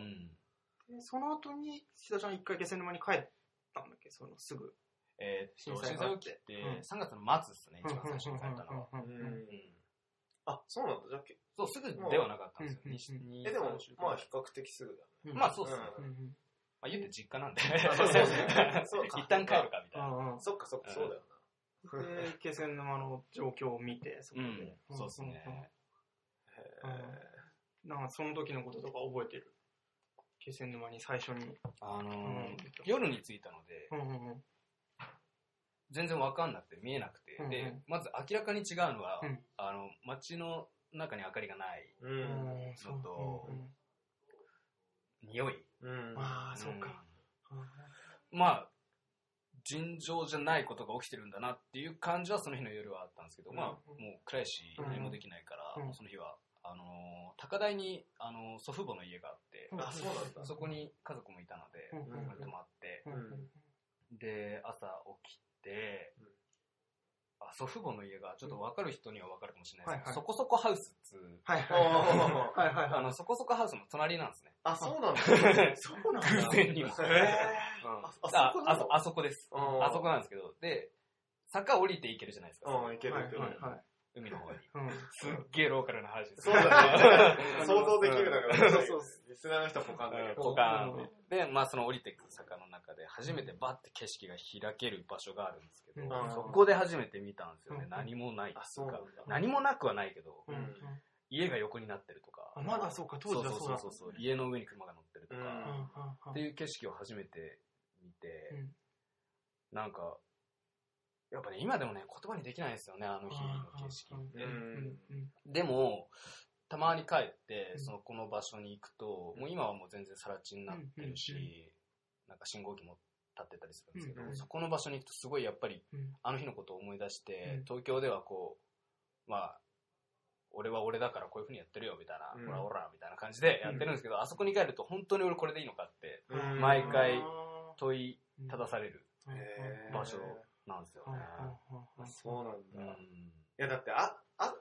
Speaker 3: でその後に、志田ちゃん一回気仙沼に帰ったんだっけそのすぐ。
Speaker 4: えー、
Speaker 3: 震
Speaker 4: と、
Speaker 3: 災
Speaker 4: 震
Speaker 3: が
Speaker 4: 災
Speaker 3: あ
Speaker 4: 起
Speaker 3: っ
Speaker 4: き
Speaker 3: て
Speaker 4: て、3月の末ですね、一番最初に帰ったのは。
Speaker 2: うん
Speaker 4: うん
Speaker 2: あ、そうなんだ。じゃあけ
Speaker 4: そう、すぐではなかったんですよ。
Speaker 3: うん
Speaker 4: 2
Speaker 2: え、でも、まあ比
Speaker 4: あ、
Speaker 2: 較的すぐだね。
Speaker 3: うん
Speaker 4: まあそうですね。
Speaker 3: うんうん
Speaker 4: まあ言うて実家なんで。
Speaker 2: あそうそうそう
Speaker 4: 一旦帰るかみたいな。
Speaker 3: あ
Speaker 2: そっかそっか、そうだよ
Speaker 3: あで、気仙沼の状況を見て、そこ
Speaker 4: う
Speaker 3: で
Speaker 4: ん。そうですね。。
Speaker 2: な。へ
Speaker 3: うんなんかその時のこととか覚えてる。気仙沼に最初に。
Speaker 4: あのー
Speaker 3: うん
Speaker 4: 夜に着いたので
Speaker 3: う、んうんうん
Speaker 4: 全然わかんなくて、見えなくて
Speaker 3: うんう。ん
Speaker 4: で、まず明らかに違うのは
Speaker 3: うん、
Speaker 4: あの、街の中に明かりがない、
Speaker 2: ーうん。
Speaker 3: うん
Speaker 4: ちょっと
Speaker 3: うんうん
Speaker 4: 匂い。
Speaker 2: うん。
Speaker 3: ああ、そうか。
Speaker 4: ん
Speaker 3: うん
Speaker 4: まあ、尋常じゃないことが起きてるんだなっていう感じはその日の夜はあったんですけど、
Speaker 2: うん
Speaker 4: まあ、もう暗いし、
Speaker 3: うん
Speaker 4: 何もできないから、
Speaker 3: うん
Speaker 4: その日は、あのー高台に、あのー祖父母の家があって、
Speaker 2: あ、そうなんだ。
Speaker 4: そこに家族もいたので、
Speaker 3: うん
Speaker 2: うん
Speaker 4: 泊まって、
Speaker 3: うんうん
Speaker 4: で、朝起きて、
Speaker 2: うん
Speaker 4: あ祖父母の家がちょっと分かる人には分かるかもしれないで
Speaker 3: はいは
Speaker 4: すけど、
Speaker 3: い
Speaker 4: そこそこハウスっつう、
Speaker 3: はい
Speaker 2: お
Speaker 3: はいはい。
Speaker 2: ー
Speaker 3: はいはい
Speaker 4: あ
Speaker 3: はい。
Speaker 4: の、そこそこハウスの隣なんですね。
Speaker 2: あ、そうなんだ。
Speaker 3: そうなんだ。
Speaker 4: 偶 然にも。
Speaker 2: へ
Speaker 4: うん
Speaker 2: ああ
Speaker 4: あ
Speaker 2: そこなの
Speaker 4: あそあそこです。
Speaker 2: うん
Speaker 4: あそこなんですけど、で、坂降りていけるじゃないですか。
Speaker 2: うん、いける
Speaker 3: はい
Speaker 2: いける。
Speaker 3: はいはい。
Speaker 4: 海の方に。
Speaker 3: うん
Speaker 4: すっげえローカルな話です。
Speaker 2: そうだね。
Speaker 4: うん
Speaker 2: 想像できるだから、
Speaker 4: そうそう
Speaker 2: リスナーの人も感だけど。
Speaker 4: ポカーンってで、まあその降りてく坂の中で、初めてバッて景色が開ける場所があるんですけど、
Speaker 3: うん
Speaker 4: そこで初めて見たんですよね
Speaker 3: う。ん
Speaker 4: 何もないってい
Speaker 2: あ、そう
Speaker 4: う
Speaker 2: なん
Speaker 4: か
Speaker 2: だ。
Speaker 4: 何もなくはないけど、
Speaker 3: うんうん
Speaker 4: 家が横になってるとか。
Speaker 3: あまだそうか、当
Speaker 4: そう
Speaker 3: 時
Speaker 4: そ
Speaker 3: は
Speaker 4: う
Speaker 3: そう
Speaker 4: そ
Speaker 3: だ
Speaker 4: うそうそう、家の上に車が乗ってるとか、
Speaker 2: うん
Speaker 3: っ
Speaker 4: っていう景色を初めて見て、
Speaker 3: うん
Speaker 4: なんか、やっぱね、今でもね、言葉にできないんですよね、あの日の景色って。でも、たまに帰って
Speaker 3: う、ん
Speaker 4: そのこの場所に行くと、もう今はもう全然更地になってるし、
Speaker 3: うんうんう
Speaker 4: なんか信号機も立ってたりするんですけど、
Speaker 3: うんうん
Speaker 4: そこの場所に行くとすごいやっぱり
Speaker 3: うん
Speaker 4: あの日のことを思い出して、
Speaker 3: うん
Speaker 4: 東京ではこう、まあ、俺は俺だからこういうふうにやってるよみたいな、
Speaker 2: うん
Speaker 4: ほらほらみたいな感じでやってるんですけど、あそこに帰ると本当に俺これでいいのかって
Speaker 2: うん
Speaker 4: 毎回問いただされる
Speaker 2: へー
Speaker 4: 場所なんですよね。
Speaker 2: そうなんだ。
Speaker 4: うん
Speaker 2: いや、だって、あ、あ、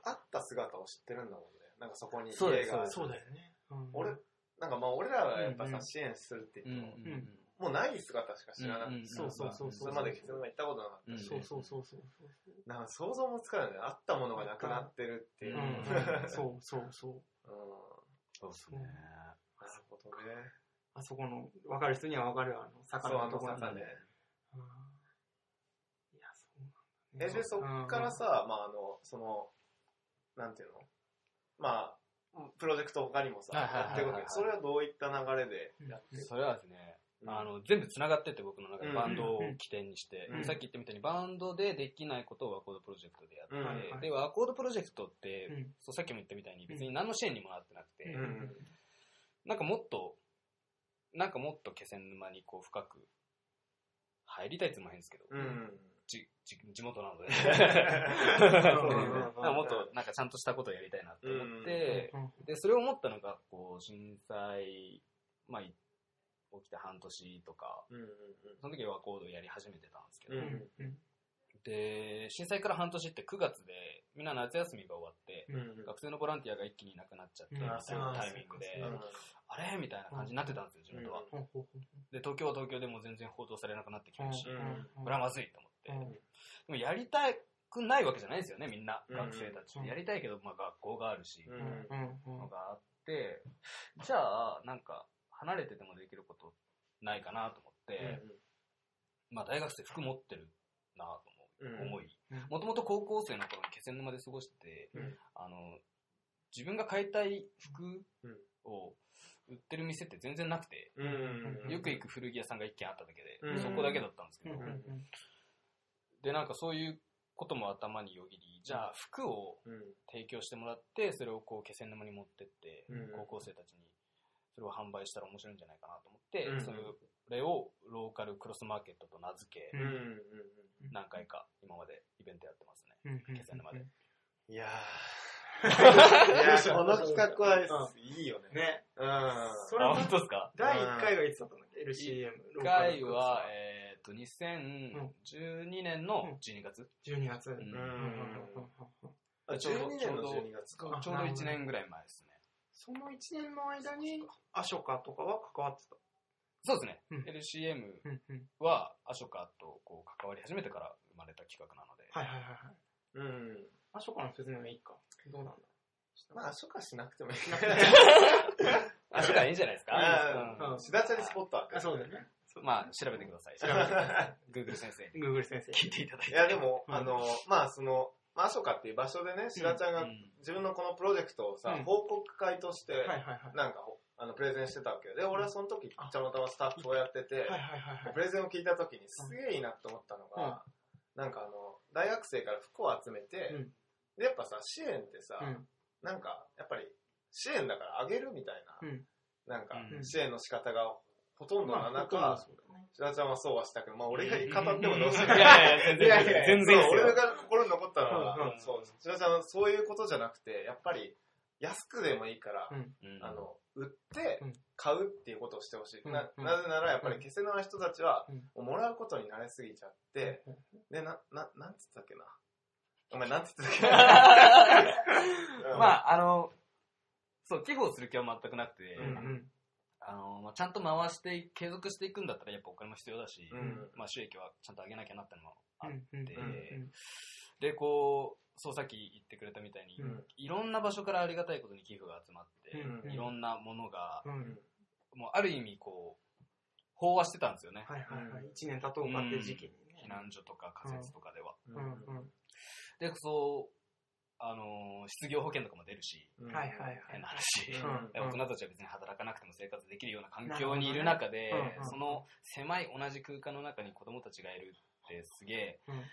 Speaker 2: あった姿を知ってるんだもんね。なんかそこに
Speaker 4: そうで
Speaker 2: 家
Speaker 4: す
Speaker 2: がある。
Speaker 4: そうです
Speaker 3: よね。うん
Speaker 2: 俺、なんかまあ俺らはやっぱ
Speaker 3: うんう
Speaker 2: さ、
Speaker 3: ん
Speaker 2: 支援するって
Speaker 4: う
Speaker 2: 言っても、
Speaker 4: んうん
Speaker 2: もうない姿しか知らなくて、
Speaker 4: ん
Speaker 3: そうそうそう
Speaker 2: それまで結論が行ったことなかったし、
Speaker 3: そうそうそうそう。
Speaker 2: なんか想像もつかないね。あったものがなくなってるっていう。
Speaker 3: う
Speaker 2: うんん。
Speaker 3: んそうそうそう。
Speaker 4: そうです
Speaker 2: な
Speaker 4: ね。
Speaker 2: るほどね。
Speaker 3: あそこの、分かる人には分かる、あの、
Speaker 2: そ
Speaker 3: 坂
Speaker 2: う、あ
Speaker 3: の
Speaker 2: の
Speaker 3: ところ
Speaker 2: 坂
Speaker 3: に
Speaker 2: ね。。
Speaker 3: うんいや、そうなんだ
Speaker 2: え、
Speaker 3: ね
Speaker 2: で、そっから、さ、まああの、その、なんていうのまあ、プロジェクト他にもさ、
Speaker 4: はいはい
Speaker 2: やって
Speaker 4: はいい
Speaker 2: く
Speaker 4: はい
Speaker 2: わけそれはどういった流れでやって
Speaker 4: それはですね、
Speaker 2: うん
Speaker 4: あの、全部繋がってて僕の中で
Speaker 2: うん
Speaker 4: バンドを起点にして、
Speaker 2: うん
Speaker 4: さっき言ったみたいにバンドでできないことをワコードプロジェクトでやって、
Speaker 2: うん
Speaker 3: はいはい
Speaker 4: で、ワコードプロジェクトって、
Speaker 3: うん
Speaker 4: そうさっきも言ったみたいに別に何の支援にもなってなくて、
Speaker 2: うんうん
Speaker 4: なんかもっと、なんかもっと気仙沼にこう深く入りたいっても変ですけど、
Speaker 2: うん。
Speaker 4: じじ地元なので。
Speaker 2: うん
Speaker 3: うん
Speaker 4: なんかもっとなんかちゃんとしたことをやりたいなって思って、
Speaker 3: うん
Speaker 4: で、それを思ったのが、こう、震災、まあ、い起きて半年とか、
Speaker 2: うんうん
Speaker 4: その時はコードやり始めてたんですけど、
Speaker 2: うん
Speaker 3: うん
Speaker 4: で、震災から半年って9月で、みんな夏休みが終わって、
Speaker 2: うんうん
Speaker 4: 学生のボランティアが一気にいなくなっちゃって、
Speaker 3: うん
Speaker 4: みたいなタイミングで、
Speaker 2: うん
Speaker 4: あれみたいな感じになってたんですよ、地元は。
Speaker 3: ほうほうほ
Speaker 4: で、東京は東京でもう全然報道されなくなってき
Speaker 3: う
Speaker 4: たし、
Speaker 2: うん
Speaker 4: これはまずいと思って、
Speaker 3: うん
Speaker 4: でもやりたくないわけじゃないんですよね、みんな、
Speaker 2: うん
Speaker 4: 学生たち。
Speaker 3: うん
Speaker 4: やりたいけど、まあ学校があるし、
Speaker 2: うん
Speaker 3: うん
Speaker 4: のがあって、じゃあ、なんか、離れててもできることないかなと思って、まあ大学生服持ってるなと思う、思い
Speaker 3: うん。
Speaker 4: もともと高校生の頃に気仙沼で過ごしてて、
Speaker 2: うん
Speaker 4: あの、自分が買いたい服
Speaker 2: うん
Speaker 4: を売ってる店って全然なくて、
Speaker 2: うん
Speaker 4: よく行く古着屋さんが一軒あっただけで、
Speaker 2: うん
Speaker 4: そこだけだったんですけ
Speaker 3: うん
Speaker 4: ど、
Speaker 3: うんうん
Speaker 4: で、なんかそういうことも頭によぎり、じゃあ服を
Speaker 2: うん
Speaker 4: 提供してもらって、それをこう気仙沼に持ってって、
Speaker 2: うん
Speaker 4: 高校生たちにそれを販売したら面白いんじゃないかなと思って、
Speaker 2: うん
Speaker 4: それをローカルクロスマーケットと名付け、
Speaker 2: うんうん
Speaker 4: 何回か今までイベントやってますね。
Speaker 3: うんうん
Speaker 4: 気仙沼で。
Speaker 2: いやーい やーこの企画はいいよね。
Speaker 3: ね、
Speaker 2: うん。
Speaker 3: それは
Speaker 4: 当ですか
Speaker 3: 第1回がいつだったんだっけ ?LCM。
Speaker 4: ?1 回は、えっと、2012年の12月、
Speaker 3: 12月。
Speaker 4: うん
Speaker 2: う
Speaker 3: うん
Speaker 2: ん。あ
Speaker 4: ちょうど
Speaker 2: 12年の12月
Speaker 3: あ
Speaker 2: か。
Speaker 4: ちょうど1年ぐらい前ですね。
Speaker 3: その1年の間に、アショカとかは関わってた。
Speaker 4: そうですね。
Speaker 3: うん
Speaker 4: LCM
Speaker 3: うんうん
Speaker 4: は、アショカとこう関わり始めてから生まれた企画なので。
Speaker 3: はいはいはいはい。
Speaker 2: うん。
Speaker 3: アショカの説明はいいか。どうなんだ
Speaker 2: まあ、初夏しなくてもいい。
Speaker 4: アショカいいんじゃないですか
Speaker 2: うん
Speaker 3: うん
Speaker 2: しだちゃりスポットある
Speaker 3: あ、そうだよね。
Speaker 4: まあ、調べてください。
Speaker 3: 調べてくだ
Speaker 4: Google 先生に
Speaker 3: Google 先生。
Speaker 4: 聞いていただい て。
Speaker 2: いや、でも、
Speaker 3: うん
Speaker 2: あの、まあ、その、まあ、アショカっていう場所でね、しだちゃん
Speaker 4: う
Speaker 2: が
Speaker 4: ん
Speaker 2: 自分のこのプロジェクトをさ
Speaker 3: う、ん
Speaker 2: 報告会として、
Speaker 3: はいはいはい。
Speaker 2: なんか、あの、プレゼンしてたわけよ。で、俺はその時、たまたまスタッフをやってて
Speaker 3: はい、はいはいはい
Speaker 2: プ。レゼンを聞いた時にすげえいいなって思ったのが、なんかあの、大学生から服を集めて、
Speaker 3: うん
Speaker 2: で、やっぱさ、支援ってさ、
Speaker 3: うん
Speaker 2: なんか、やっぱり、支援だからあげるみたいな、
Speaker 3: うん
Speaker 2: なんか、
Speaker 4: うん
Speaker 2: 支援の仕方がほとんど
Speaker 3: ま
Speaker 2: な
Speaker 3: あ
Speaker 2: 中、
Speaker 3: ほとんどそうだよね
Speaker 2: しだちゃんはそうはしたけど、まあ俺が語っても
Speaker 4: ど
Speaker 2: ど
Speaker 4: う
Speaker 2: うし
Speaker 4: し
Speaker 2: よう
Speaker 4: よう
Speaker 2: も
Speaker 4: い
Speaker 2: ない。
Speaker 4: やいや、全然いいですよ、全然いい
Speaker 2: そう
Speaker 4: です
Speaker 2: 俺
Speaker 4: よ。
Speaker 2: が心に残ったのは、
Speaker 4: うん
Speaker 2: そう、しだちゃんはそういうことじゃなくて、やっぱり、安くでもいいから、
Speaker 4: うん
Speaker 2: あの、売って
Speaker 3: うん、
Speaker 2: 買うっていうことをしてほしい。
Speaker 3: うん
Speaker 2: な、
Speaker 3: うん
Speaker 2: なぜならやっぱり、気仙沼の人たちは
Speaker 3: うん、
Speaker 2: もうもらうことに慣れすぎちゃって、で、な、な、なんつったっけな。お前、なんつったっ け な。
Speaker 4: まあ、あの、そう、寄付をする気は全くなくて、
Speaker 2: うん
Speaker 4: あの、まあ、ちゃんと回してい、継続していくんだったらやっぱお金も必要だし、
Speaker 2: うん
Speaker 4: まあ、収益はちゃんと上げなきゃなってのもあっ
Speaker 3: うん
Speaker 4: て、
Speaker 2: うん
Speaker 3: うん
Speaker 4: で、こう、そうさっき言ってくれたみたいに、
Speaker 2: うん
Speaker 4: いろんな場所からありがたいことに寄付が集まって、
Speaker 2: うん
Speaker 4: いろんなものが、
Speaker 3: うんうん
Speaker 4: もうある意味こう、飽和してたんですよね。
Speaker 3: はいはいはい。1年経とうかっていう時期に
Speaker 4: 避
Speaker 3: ね。
Speaker 4: 難所とか仮設とかでは。
Speaker 2: う
Speaker 3: うんん
Speaker 4: で、そう、あのー失業保険とかも出るし、
Speaker 2: う
Speaker 3: うんん。はいはいはい。
Speaker 4: 変な話。
Speaker 2: うん
Speaker 4: 大
Speaker 3: うん
Speaker 4: 人たちは別に働かなくても生活できるような環境にいる中で、
Speaker 3: なるほどねうんうん
Speaker 4: その狭い同じ空間の中に子供たちがいるってすげえ
Speaker 3: うん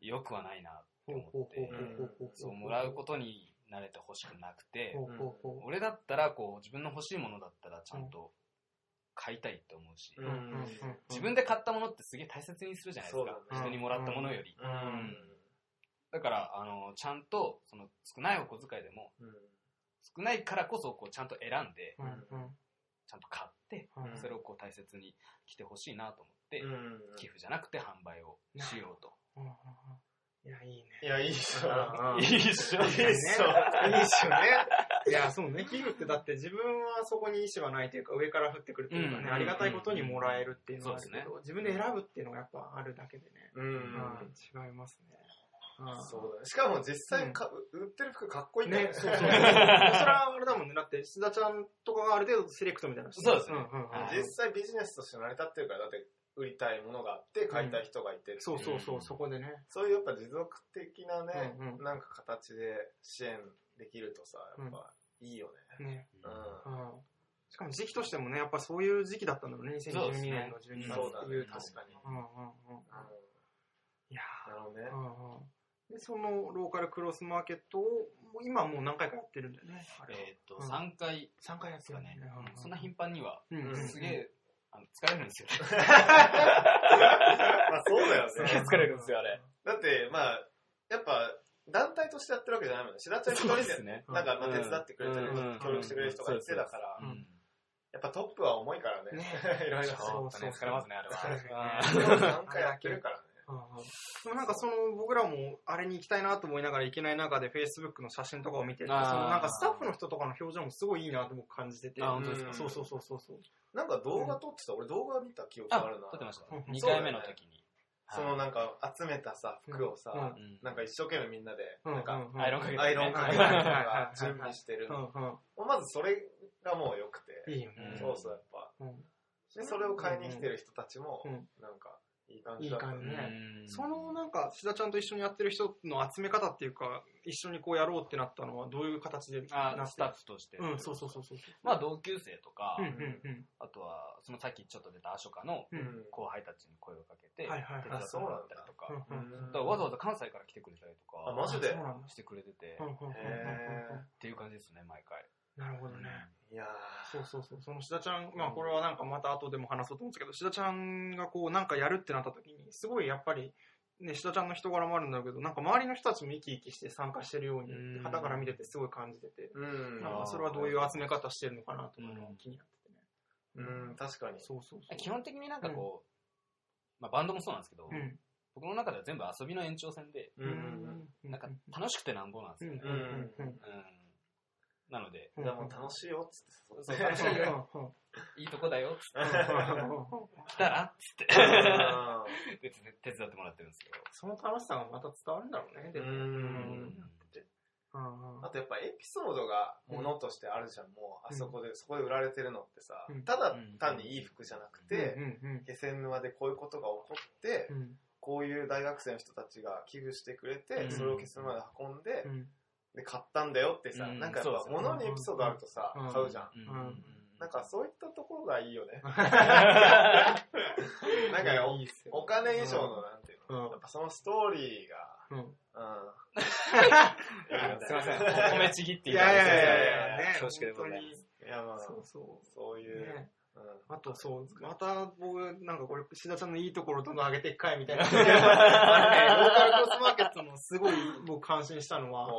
Speaker 4: 良くはないなって
Speaker 3: ほう
Speaker 4: 思
Speaker 3: ほ
Speaker 4: っ
Speaker 3: うほう
Speaker 4: て
Speaker 3: ほ、うほうほう
Speaker 4: そうもらうことに慣れてほしくなくて、
Speaker 3: ほうほうほ
Speaker 4: 俺だったらこう自分の欲しいものだったらちゃんと買いたいって思うし、
Speaker 2: う
Speaker 3: う。
Speaker 2: ん
Speaker 3: うんうんうん
Speaker 4: 自分で買ったものってすげえ大切にするじゃないです
Speaker 2: そうだ
Speaker 4: か
Speaker 2: ね。
Speaker 4: 人にもらったものより。
Speaker 2: うん
Speaker 4: だから、あの、ちゃんと、その、少ないお小遣いでも、少ないからこそ、こう、ちゃんと選んで、
Speaker 3: うんうん
Speaker 4: ちゃんと買って、
Speaker 3: うん
Speaker 4: それをこう、大切に来てほしいなと思って、
Speaker 2: うん
Speaker 4: 寄付じゃなくて販売をしようと。
Speaker 3: うんうんいや、いいね。
Speaker 2: いや、いいっすよ。
Speaker 3: うん
Speaker 2: いいっすよ。いいっすよ。
Speaker 3: いいっすよね。いや、そうね。寄付ってだって自分はそこに意思はないというか、上から降ってくるというかね、
Speaker 4: うん
Speaker 3: ありがたいことにもらえるっていうのはあるけ
Speaker 4: そうです
Speaker 3: ど、自分で選ぶっていうのがやっぱあるだけでね。
Speaker 2: うんうん。
Speaker 3: うん違いますね。うん
Speaker 2: そうだね。しかも実際か、売ってる服かっこいいんだよ
Speaker 3: ね、そうそう。それはあれだもんね。だって、須田ちゃんとかがある程度セレクトみたいなのして
Speaker 4: そうですね
Speaker 3: んうんうん
Speaker 4: は い
Speaker 2: 実際ビジネスとして成り立ってるから、だって売りたいものがあって、買いたい人がいて、
Speaker 3: そうそうそうう、
Speaker 4: ん
Speaker 3: そこでね。
Speaker 2: そういうやっぱ持続的なね、
Speaker 3: うんうん
Speaker 2: なんか形で支援できるとさ、やっぱいいよね。
Speaker 3: ね。
Speaker 2: うん。
Speaker 3: うんしかも時期としてもね、やっぱそういう時期だったんだろうね。
Speaker 4: そうで
Speaker 3: 2012
Speaker 4: す
Speaker 3: 年
Speaker 4: ね
Speaker 3: の12月
Speaker 2: そうだ
Speaker 3: ってい
Speaker 2: ね、
Speaker 3: うと。
Speaker 2: 確かに。
Speaker 3: うんうんうん。いや
Speaker 2: なるほどね
Speaker 3: ー。うんうんで、そのローカルクロスマーケットを、もう今はもう何回かやってるんだよね。あれは
Speaker 4: えっと、
Speaker 3: うん
Speaker 4: 3回
Speaker 3: 3回やって
Speaker 4: です
Speaker 3: る
Speaker 4: か
Speaker 3: んだよ
Speaker 4: ね
Speaker 3: ね。。う
Speaker 4: そんな頻繁には、
Speaker 3: うんうん
Speaker 4: すげえ、あの疲れるんですよ。
Speaker 2: まあそう だよ
Speaker 4: すげえ
Speaker 2: ね。
Speaker 4: 疲れるんですよ、あれ。
Speaker 2: だって、まあ、やっぱ、団体としてやってるわけじゃないもんね。しらちゃん一人で、
Speaker 4: ね
Speaker 2: なんかまあ手伝ってくれたり、
Speaker 4: うんうん
Speaker 2: 協力してくれる人がいてだから、
Speaker 4: うん。
Speaker 2: やっぱトップは重いからね。 いろいろ。
Speaker 4: ちょっとね疲れますね、あれは。
Speaker 3: そうそう
Speaker 2: 何回やってるからね。
Speaker 3: でもなんかその僕らもあれに行きたいなと思いながら行けない中で Facebook の写真とかを見てると
Speaker 4: あー
Speaker 3: そのなんかスタッフの人とかの表情もすごいいいなと僕感じてて
Speaker 4: あ本当です
Speaker 2: か
Speaker 3: そうそうそうそうそう
Speaker 2: なんか動画撮ってた、俺動画見た記憶
Speaker 4: あ
Speaker 2: あるな。
Speaker 4: 撮ってました
Speaker 3: うん。
Speaker 4: 2回目の時に。
Speaker 2: その
Speaker 4: はい
Speaker 2: なんか集めたさ、服をさ、
Speaker 3: うん
Speaker 4: うん
Speaker 2: なんか一生懸命みんなで、なん
Speaker 3: う
Speaker 2: か、
Speaker 3: んうんうん
Speaker 4: アイロンかけてね。
Speaker 2: アイロンかけたりとか準備してる
Speaker 3: う。ん
Speaker 2: まずそれがもう良く
Speaker 3: うん
Speaker 2: て、
Speaker 3: いいよ
Speaker 4: ん
Speaker 3: ね
Speaker 2: そうそうやっぱ。
Speaker 3: うん
Speaker 2: で、それを買いに来てる人たちも
Speaker 3: うん、
Speaker 2: なんか、いい感じだった
Speaker 3: いい感じね
Speaker 4: うん
Speaker 3: そのなんか志田ちゃんと一緒にやってる人の集め方っていうか一緒にこうやろうってなったのはどういう形でなっ
Speaker 4: あ
Speaker 3: てる
Speaker 4: スタッフとして。
Speaker 3: うんそうそうそうそうそう
Speaker 4: まあ、同級生とか
Speaker 3: うん、うんうん
Speaker 4: あとは、そのさっきちょっと出たアショカの
Speaker 3: う
Speaker 2: うんん
Speaker 4: 後輩たちに声をかけて、手
Speaker 3: はい
Speaker 4: 伝
Speaker 3: はいはい
Speaker 4: ってもらったりとか。だ
Speaker 3: う
Speaker 4: か
Speaker 3: んうん
Speaker 4: らわざわざ関西から来てくれたりと
Speaker 2: あ、
Speaker 4: か
Speaker 2: マジで
Speaker 3: そうなんだ
Speaker 4: してくれてて、
Speaker 3: うんう
Speaker 4: っ
Speaker 3: んうんうんうん
Speaker 2: へー
Speaker 4: ていう感じですね、毎回。
Speaker 3: なるほどね
Speaker 2: いや
Speaker 3: そうそうそう。その志田ちゃん、まあこれはなんかまた後でも話そうと思うんですけど、志田ちゃんがこうなんかやるってなった時に、すごいやっぱり、ね、志田ちゃんの人柄もあるんだろうけど、なんか周りの人たちも生き生きして参加してるよう
Speaker 4: う
Speaker 3: に、
Speaker 4: ん
Speaker 3: 肌から見ててすごい感じてて、
Speaker 2: ーうん
Speaker 3: なんかそれはどういう集め方してるのかなと思うのを気になっててね。
Speaker 2: うん、確かに。
Speaker 3: そうそうそう。
Speaker 4: 基本的になんかこう、まあ、バンドもそうなんですけど、
Speaker 3: うん。
Speaker 4: 僕の中では全部遊びの延長線で、
Speaker 2: うんうん
Speaker 4: なんか楽しくてなんぼなんです
Speaker 3: うん
Speaker 4: よ
Speaker 3: う
Speaker 4: ね
Speaker 3: ん。うんうん
Speaker 4: うんなので、
Speaker 2: うん。じゃあもう楽しいよっつって。
Speaker 4: そう楽しい よ
Speaker 3: うん
Speaker 4: いいとこだよ、つっ
Speaker 3: うんうん
Speaker 4: て来たら、つって、
Speaker 2: うん
Speaker 4: で手伝ってもらってるんですけど。
Speaker 3: その楽しさがまた伝わるんだろうね、でもね。
Speaker 2: うん
Speaker 3: うんうん
Speaker 2: あとやっぱエピソードがものとしてあるじゃん、もうあそこで、そこで売られてるのってさ、
Speaker 3: うん
Speaker 2: ただ単にいい服じゃなくて、
Speaker 3: うんうん
Speaker 2: 気仙沼でこういうことが起こって、
Speaker 3: うんうん
Speaker 2: こういう大学生の人たちが寄付してくれて、
Speaker 4: うん
Speaker 2: それを気仙沼で運んで、
Speaker 3: うん
Speaker 2: で買ったんだよってさ、
Speaker 4: うん
Speaker 2: なんかやっ
Speaker 4: そうで
Speaker 2: ぱ
Speaker 4: すね
Speaker 2: 物にエピソードあるとさ、
Speaker 3: うん
Speaker 2: 買うじゃん。
Speaker 4: うん
Speaker 3: うん
Speaker 2: なん かそういったところがいいよね。なんか
Speaker 3: いいっすよ
Speaker 2: おお金以上のなんていうの、
Speaker 3: うん
Speaker 2: やっぱそのストーリー
Speaker 3: う
Speaker 2: が、う
Speaker 3: ん
Speaker 2: ん。
Speaker 4: す いません、褒めちぎってい
Speaker 3: いやいやい
Speaker 4: て
Speaker 3: やいや、ね、
Speaker 4: 恐縮でございます。
Speaker 2: いやまあ、
Speaker 3: 本当に。そ
Speaker 2: そう
Speaker 3: そうう。
Speaker 2: いう、
Speaker 3: ね、
Speaker 2: うん。
Speaker 3: あとそう、また僕、なんかこれ、志田ちゃんのいいところどんどん上げていくかいみたいな。あ のねローカルクロスマーケットのすごい僕感心したのは、
Speaker 2: もう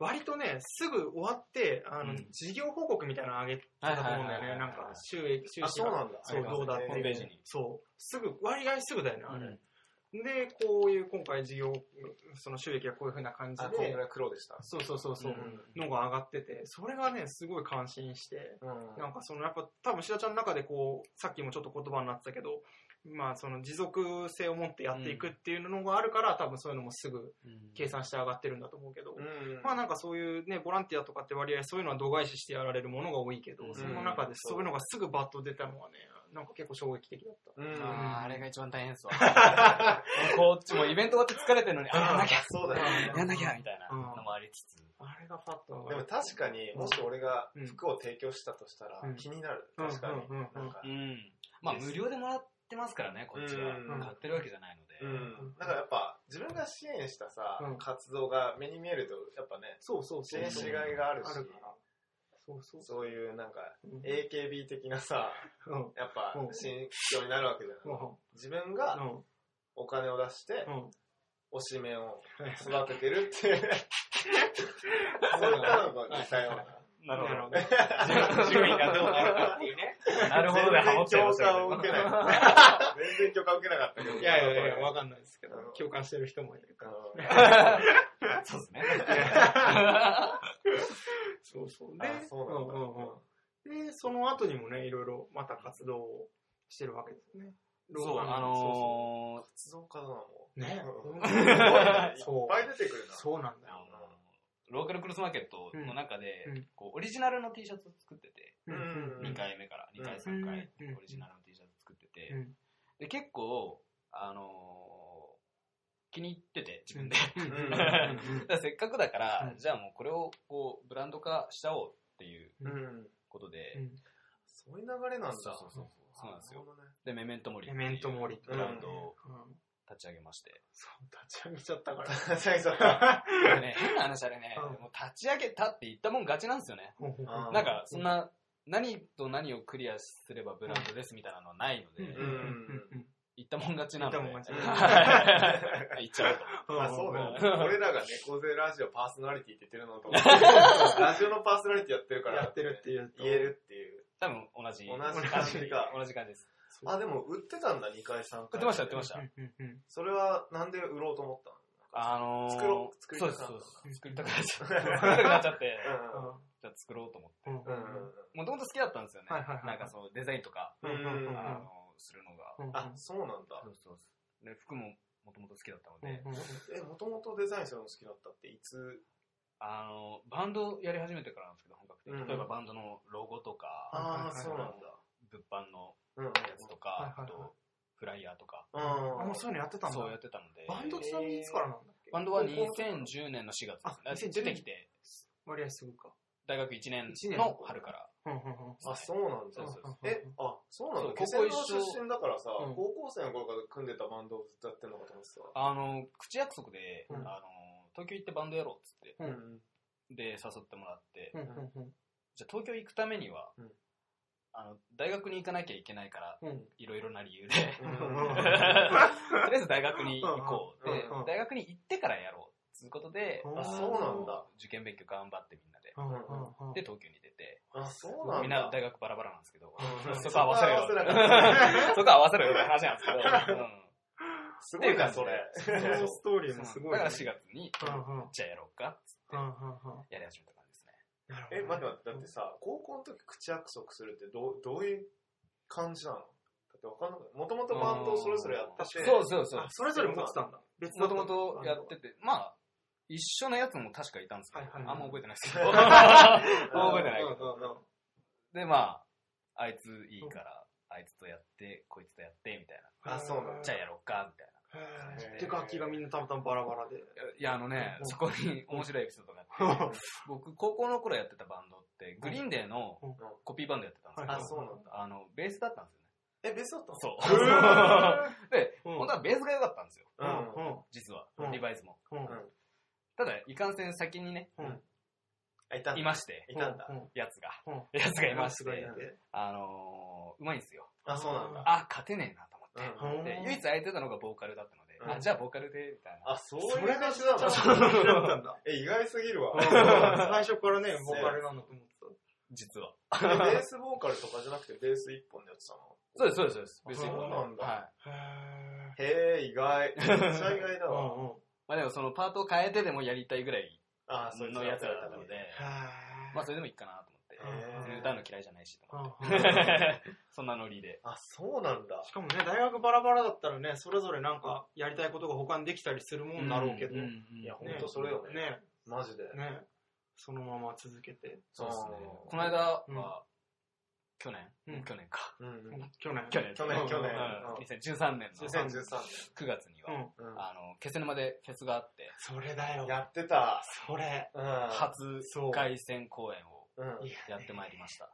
Speaker 3: 割とね、すぐ終わって、あの、
Speaker 4: うん
Speaker 3: 事業報告みたいなの上げてたと思うんだよ
Speaker 4: はいはいはいは
Speaker 3: ね。
Speaker 4: い
Speaker 3: なんか、収益、収
Speaker 2: あ、
Speaker 3: 支
Speaker 2: そうな
Speaker 3: が。
Speaker 2: んだ。
Speaker 3: そう、どうだっていう。
Speaker 4: ホームページに
Speaker 3: そう。すぐ、割合すぐだよね、あ
Speaker 4: う
Speaker 3: れ。
Speaker 4: ん
Speaker 3: で、こういう、今回事業、その収益がこういう風な感じ
Speaker 2: あ、こんぐ
Speaker 3: で、
Speaker 2: らい黒でした。
Speaker 3: そうそうそうそう。
Speaker 2: ん
Speaker 3: のが上がってて、それがね、すごい感心して、
Speaker 2: うん
Speaker 3: なんかそのやっぱ多分志田ちゃんの中でこう、さっきもちょっと言葉になってたけど、まあその持続性を持ってやっていくっていうのがあるから、多分そういうのもすぐ計算して上がってるんだと思うけど、
Speaker 2: うん
Speaker 3: まあなんかそういうね、ボランティアとかって割合そういうのは度外視してやられるものが多いけど、
Speaker 4: うん
Speaker 3: その中でそういうのがすぐバッと出たのはね、なんか結構衝撃的だった。
Speaker 2: うん
Speaker 4: あーあれが一番大変ですわ。こっちもイベント終わって疲れてるのに、あ、やんなきゃ
Speaker 2: そうだよね。
Speaker 4: やんなきゃみたいなのもありつつ。
Speaker 3: あれがファッと上
Speaker 2: で
Speaker 3: が
Speaker 2: も
Speaker 3: る。
Speaker 2: 確かに、もし俺が
Speaker 3: うん
Speaker 2: 服を提供したとしたら
Speaker 3: うん
Speaker 2: 気になる。
Speaker 3: うん
Speaker 2: 確かに
Speaker 3: うんうん。
Speaker 2: なんか
Speaker 4: う、ん。まあ、無料でもらってますからね、こっちは
Speaker 2: うん。
Speaker 4: 買ってるわけじゃないので。
Speaker 2: うん。だからやっぱ、自分が支援したさ
Speaker 3: うん、
Speaker 2: 活動が目に見えると、やっぱね、
Speaker 3: そうそう
Speaker 2: 支
Speaker 3: そう。
Speaker 2: 援しがいがあるし
Speaker 3: あ、るから。そうそうそ
Speaker 2: そういうなんか、
Speaker 3: う。うん
Speaker 2: AKB 的なさ、
Speaker 3: うん。
Speaker 2: やっぱ
Speaker 3: う、ん
Speaker 2: 心境になるわけじゃ
Speaker 3: うん
Speaker 2: ない。自分が
Speaker 3: うん
Speaker 2: お金を出して、
Speaker 3: うん
Speaker 2: 推しメンを育ててるっていう。そういったのが似たような。
Speaker 1: なるほど。
Speaker 2: 順位がどうなるかっていうね。
Speaker 4: なるほどね、ハモっちゃいま
Speaker 2: 全然共感
Speaker 4: したけど
Speaker 2: を受けない。全然共感を受けなかったけど。
Speaker 3: いやいやいや、わかんないですけど
Speaker 2: うん、
Speaker 3: 共感してる人もいるから。
Speaker 4: そうですね。
Speaker 3: そうそう。で
Speaker 2: あ、そうなんだ
Speaker 3: うんうんうんで、その後にもね、いろいろまた活動をしてるわけですね。
Speaker 4: そう、あ
Speaker 3: そ
Speaker 4: のー
Speaker 2: 活動家だな、もう。
Speaker 3: うそうね
Speaker 2: うん。
Speaker 3: すごいね
Speaker 2: いっぱい出てくるな。
Speaker 3: そうなんだ
Speaker 4: あ
Speaker 3: よ。
Speaker 4: のローカルクロスマーケットの中で、
Speaker 3: うん
Speaker 4: こうオリジナルの T シャツを作ってて、
Speaker 3: うん
Speaker 2: うん
Speaker 4: 2回目から
Speaker 2: うん
Speaker 4: 2回3回
Speaker 3: うん
Speaker 4: オリジナルの T シャツ作ってて、
Speaker 3: うん
Speaker 4: で結構、あのー気に入ってて自分で、
Speaker 3: うん
Speaker 2: うん
Speaker 4: だからせっかくだから、
Speaker 3: うん
Speaker 4: じゃあもうこれをこうブランド化しちゃおうっていう
Speaker 2: うん。
Speaker 4: ことで、
Speaker 3: うん
Speaker 2: そういう流れなんだ。
Speaker 4: そうそうそうそうなんですよ
Speaker 2: なるほどね。
Speaker 4: でメメントモリって
Speaker 3: メ
Speaker 4: いう
Speaker 3: メントモリって
Speaker 4: ブランドを
Speaker 3: うん
Speaker 4: 立ち上げまして、
Speaker 3: そう、立ち上げちゃったから。
Speaker 2: 最初は。
Speaker 4: でね変な話あれね、
Speaker 3: うん
Speaker 4: もう立ち上げたって言ったもん勝ちなんですよね
Speaker 3: ほうほうほう
Speaker 2: うん
Speaker 4: なんか、そんな、何と何をクリアすればブランドですみたいなのはないの
Speaker 3: うんう
Speaker 4: で、
Speaker 3: んうん
Speaker 4: 言ったもん勝ちなので。
Speaker 3: 言ったもん勝
Speaker 2: ち
Speaker 4: はい言っちゃうと。
Speaker 3: うん
Speaker 2: あ、そうだよね。
Speaker 4: うん
Speaker 2: 俺らが猫背ラジオパーソナリティって言ってるのと、ラジオのパーソナリティやってるから、
Speaker 3: やってるっていうと
Speaker 2: 言えるっていう。
Speaker 4: 多分同じ。
Speaker 2: 同じ感じか。
Speaker 4: 同じ感じです。
Speaker 2: あ、でも売ってたんだ、2回、3回。
Speaker 4: 売ってました、売ってま
Speaker 2: し
Speaker 4: した。
Speaker 3: うんうんうん
Speaker 2: た。それはなんで売ろうと思ったの
Speaker 4: あのー、
Speaker 2: 作ろう作り
Speaker 4: そう
Speaker 2: たくな
Speaker 4: です、
Speaker 2: った
Speaker 4: そうです。作りたくなっちゃって、作り たくなっちゃって、じゃあ作ろうと思って。
Speaker 3: うんうん
Speaker 2: うんうん
Speaker 4: もともと好きだったんですよね。
Speaker 3: はいはいはい
Speaker 4: なんかそのデザインとか、
Speaker 2: うんうんうんうん
Speaker 4: あ
Speaker 2: うん
Speaker 4: のするのが。
Speaker 3: うん
Speaker 2: あ、そうなんだ。
Speaker 4: そうそうそう。で、服ももともと好きだったので、
Speaker 3: うんうん
Speaker 2: え、もともとデザインするの好きだったっていつ
Speaker 4: あの、バンドやり始めてからなんですけど、本格的
Speaker 2: う
Speaker 4: に。
Speaker 2: ん
Speaker 4: 例えばバンドのロゴとか、
Speaker 2: あ
Speaker 3: あー
Speaker 2: あ、そうなんだ。
Speaker 4: 物販の
Speaker 2: うん。
Speaker 4: やつとか、
Speaker 3: はいはいはい
Speaker 4: あと、フライヤーとか、
Speaker 3: あ、もう
Speaker 2: う
Speaker 3: そういうのやってたんだ。
Speaker 4: そうやってたので、
Speaker 3: バンドちなみにいつからなんだっけ
Speaker 4: バンドは
Speaker 3: 高校の時
Speaker 4: 2010年の4
Speaker 3: あ
Speaker 4: 月ですね。出てきて、
Speaker 3: 割合すぐか。
Speaker 4: 大学1
Speaker 3: 一年
Speaker 4: 年の春から。
Speaker 3: うんうんうん
Speaker 2: ん。あ、そうなんだ
Speaker 4: そうそうそう。
Speaker 2: え、あ、そうなんだ。
Speaker 4: そ
Speaker 2: 高
Speaker 4: う
Speaker 2: 校
Speaker 4: ここ一緒
Speaker 2: 出身だからさ、
Speaker 3: うん
Speaker 2: 高校生の頃から組んでたバンドをずっとやってんのかと思ってた。
Speaker 4: あの、口約束で、
Speaker 3: うん
Speaker 4: あの、東京行ってバンドやろうっつって、
Speaker 3: うん
Speaker 2: うん
Speaker 4: で、誘ってもらって、
Speaker 3: うんうん
Speaker 4: じゃあ東京行くためには、
Speaker 2: うん
Speaker 4: あの、大学に行かなきゃいけないから、
Speaker 3: うんうん
Speaker 4: いろいろな理由で、
Speaker 2: うん
Speaker 4: とりあえず大学に行こう。
Speaker 2: うん
Speaker 4: で
Speaker 2: うん
Speaker 3: うん、
Speaker 4: 大学に行ってからやろう。つうことで、
Speaker 3: あ
Speaker 2: そうなんだ。
Speaker 4: 受験勉強頑張ってみんなで。
Speaker 3: うんうんうん
Speaker 4: で、東京に出て、
Speaker 2: あ、そうなんだ。
Speaker 4: みんな大学バラバラなんですけど、
Speaker 2: うん
Speaker 4: そこ合わせろよ
Speaker 2: そこ合わせなかった。
Speaker 4: そこ合わせろよって話なんですけど、
Speaker 2: すごいな、
Speaker 4: って
Speaker 2: そ
Speaker 4: い
Speaker 2: う
Speaker 4: 感
Speaker 2: れ。
Speaker 4: じ
Speaker 3: そ
Speaker 4: で
Speaker 3: のストーリ
Speaker 4: うん
Speaker 3: ーもす
Speaker 4: だ
Speaker 3: ごい
Speaker 4: か
Speaker 3: ね。
Speaker 4: ら4月に、
Speaker 3: うんうん
Speaker 4: じゃあやろうか、
Speaker 3: うんうんうん
Speaker 4: やり始めた感じですね。
Speaker 3: なるほ ど
Speaker 2: え、待って待って、だってさ、高校の時口約束するってどう、どういう感じなのだってわかんなくない。もともとバンドをそれぞれやってて。
Speaker 4: そうそうそう
Speaker 3: あ、。それぞれ持ってたんだ。別
Speaker 4: もともとやってて、まあ、一緒のやつも確かいたんですけど
Speaker 3: はいはい、はい
Speaker 4: あんま覚えてないで すけど。
Speaker 2: うん
Speaker 4: 覚えてない
Speaker 2: うんうんうん
Speaker 4: で、まあ、あいついいから、あいつとやって、こいつとやって、みたいな。
Speaker 2: あそうなんだ
Speaker 4: じゃあやろうか、みたいな。
Speaker 3: へーで、楽器がみんなたまたまバラバラで。
Speaker 4: いや、あのね、
Speaker 3: うん
Speaker 4: そこに面白いエピソードが あって、僕、高校の頃やってたバンドって、グリーンデーの
Speaker 3: うん
Speaker 4: コピーバンドやってたんですけど、
Speaker 2: あ、そうなんだ。
Speaker 4: あの、ベースだったんですよね。
Speaker 2: え、別だったの
Speaker 4: そう う。で、
Speaker 3: うん
Speaker 4: 本当はベースが良かったんですよ。
Speaker 2: うん。うん
Speaker 4: 実は
Speaker 3: う。ん
Speaker 4: リバイズも。
Speaker 3: うんうん
Speaker 4: ただ、いかんせん先にね、
Speaker 3: うん
Speaker 2: あ、いたんだ。
Speaker 4: いまして、
Speaker 2: いたんだ
Speaker 3: う。ん
Speaker 4: やつが。
Speaker 3: うん
Speaker 4: やつがいまし
Speaker 3: すごい
Speaker 4: て
Speaker 3: ね、
Speaker 4: あのー、うまいんですよ。
Speaker 2: あ、そうなんだ。
Speaker 4: あ、勝てねえなと思って。
Speaker 2: うん
Speaker 3: うん
Speaker 4: で、唯一空いてたのがボーカルだったので、
Speaker 2: うん
Speaker 4: あ、じゃあボーカルで、みたいな。
Speaker 2: あ、そう
Speaker 3: そ
Speaker 2: い
Speaker 3: れ
Speaker 2: う
Speaker 3: が
Speaker 2: 感
Speaker 3: ち
Speaker 2: じ
Speaker 3: ょっと
Speaker 2: なの
Speaker 3: だったんだ。
Speaker 2: え、意外すぎる わ。
Speaker 3: 最初からね、ボーカルなんだと思ってた。
Speaker 4: 実は。
Speaker 2: えベースボーカルとかじゃなくてベース一本でやってたの
Speaker 4: そうです、そうです、そうです。別に。
Speaker 2: そうなんだ
Speaker 4: はい。
Speaker 3: へ
Speaker 2: へえ、意外。めっちゃ意外だ
Speaker 3: ー。
Speaker 2: わ。
Speaker 3: うんうん
Speaker 4: まあでもそのパートを変えてでもやりたいぐらい
Speaker 2: あ、そいつ
Speaker 4: のやつらだったので、まあ
Speaker 3: へ
Speaker 4: それでもいいかなと思って。
Speaker 2: へー
Speaker 4: 歌うの嫌いじゃないしと思って。
Speaker 3: ー。
Speaker 4: そんなノリで。
Speaker 2: あ、そうなんだ。
Speaker 3: しかもね、大学バラバラだったらね、それぞれなんかやりたいことが他にできたりするもんだろうけど、
Speaker 4: ん
Speaker 3: ね、
Speaker 4: ん
Speaker 2: いや、ほ
Speaker 4: ね
Speaker 2: んとそれよね。
Speaker 3: ね、
Speaker 2: マジで。
Speaker 3: そのまま続けて。
Speaker 4: そうですね
Speaker 2: あー。
Speaker 4: この間は、去年
Speaker 3: うん
Speaker 4: 去年か。
Speaker 2: うんうん。
Speaker 3: 去年。
Speaker 4: 去年。
Speaker 2: 去年去年
Speaker 4: うん2013年の
Speaker 2: 2013年。
Speaker 4: 9月に
Speaker 3: う
Speaker 4: は、
Speaker 3: ん。
Speaker 2: う
Speaker 4: あの、気仙沼でフェスがあって、
Speaker 3: それだよ
Speaker 2: ん。。やってた。
Speaker 3: それ。
Speaker 2: うん。
Speaker 4: 初
Speaker 3: そう
Speaker 4: 凱旋公演を
Speaker 2: うん
Speaker 3: いや
Speaker 4: やってまいりました。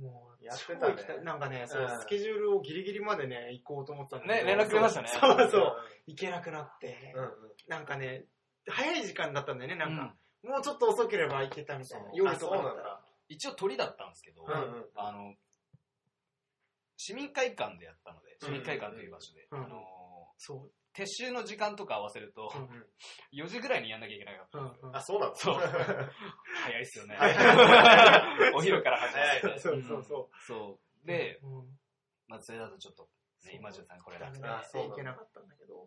Speaker 3: もう、
Speaker 2: やってたね
Speaker 3: 超行きいなんかね、そう
Speaker 2: うん
Speaker 3: スケジュールをギリギリまでね、行こうと思ってたんだけ
Speaker 4: ね、
Speaker 3: ど
Speaker 4: 連絡くれましたね。
Speaker 3: そうそう。行けなくなって
Speaker 2: う、んうん。
Speaker 3: なんかね、早い時間だったんだよね、な
Speaker 4: うんん
Speaker 3: か。もうちょっと遅ければ行けたみたいな
Speaker 4: そ。う
Speaker 3: 用
Speaker 2: あ
Speaker 3: 意と
Speaker 2: そう
Speaker 3: か
Speaker 2: な
Speaker 3: だ
Speaker 2: ん
Speaker 3: ったら。
Speaker 2: だ。
Speaker 4: 一応鳥だったんですけど、
Speaker 2: うんうん。
Speaker 4: あの、市民会館でやったので、市民会館という場所で、
Speaker 3: うん
Speaker 4: あの、
Speaker 3: そう。
Speaker 4: 撤収の時間とか合わせると、4時ぐらいにやんなきゃいけないから、
Speaker 3: うんうん
Speaker 2: あ、そうなんです
Speaker 4: そう
Speaker 2: か
Speaker 4: 早いっすよね
Speaker 2: はい。
Speaker 4: お昼から始まって。
Speaker 3: そうそうそ
Speaker 4: そう。で、
Speaker 3: うん
Speaker 4: まあ、それだとちょっと、ね、今順さんこれ
Speaker 3: ダ
Speaker 4: だ
Speaker 3: メ
Speaker 4: と。
Speaker 3: だ
Speaker 2: あそうな
Speaker 3: い
Speaker 2: んだ
Speaker 3: けなかったんだけど。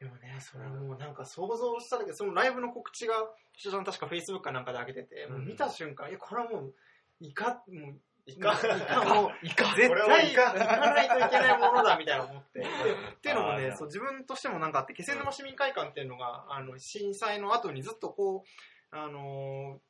Speaker 3: でもね、それもうなんか想像したんだけど、そのライブの告知が、岸田さん確か Facebook かなんかで上げてて、もう見た瞬間、いや、これはもう、いか、もう、
Speaker 2: いかん
Speaker 3: いかもう、
Speaker 4: いか
Speaker 3: 絶
Speaker 2: これは
Speaker 3: 対
Speaker 2: い
Speaker 3: 行か
Speaker 2: かん
Speaker 3: ないといけないものだみたいな思って。 っていうのも
Speaker 4: あーじ
Speaker 3: ね
Speaker 4: ゃあ、
Speaker 3: そう自分としてもなんかあって、気仙沼市民会館っていうのが、あの、震災の後にずっとこう、あの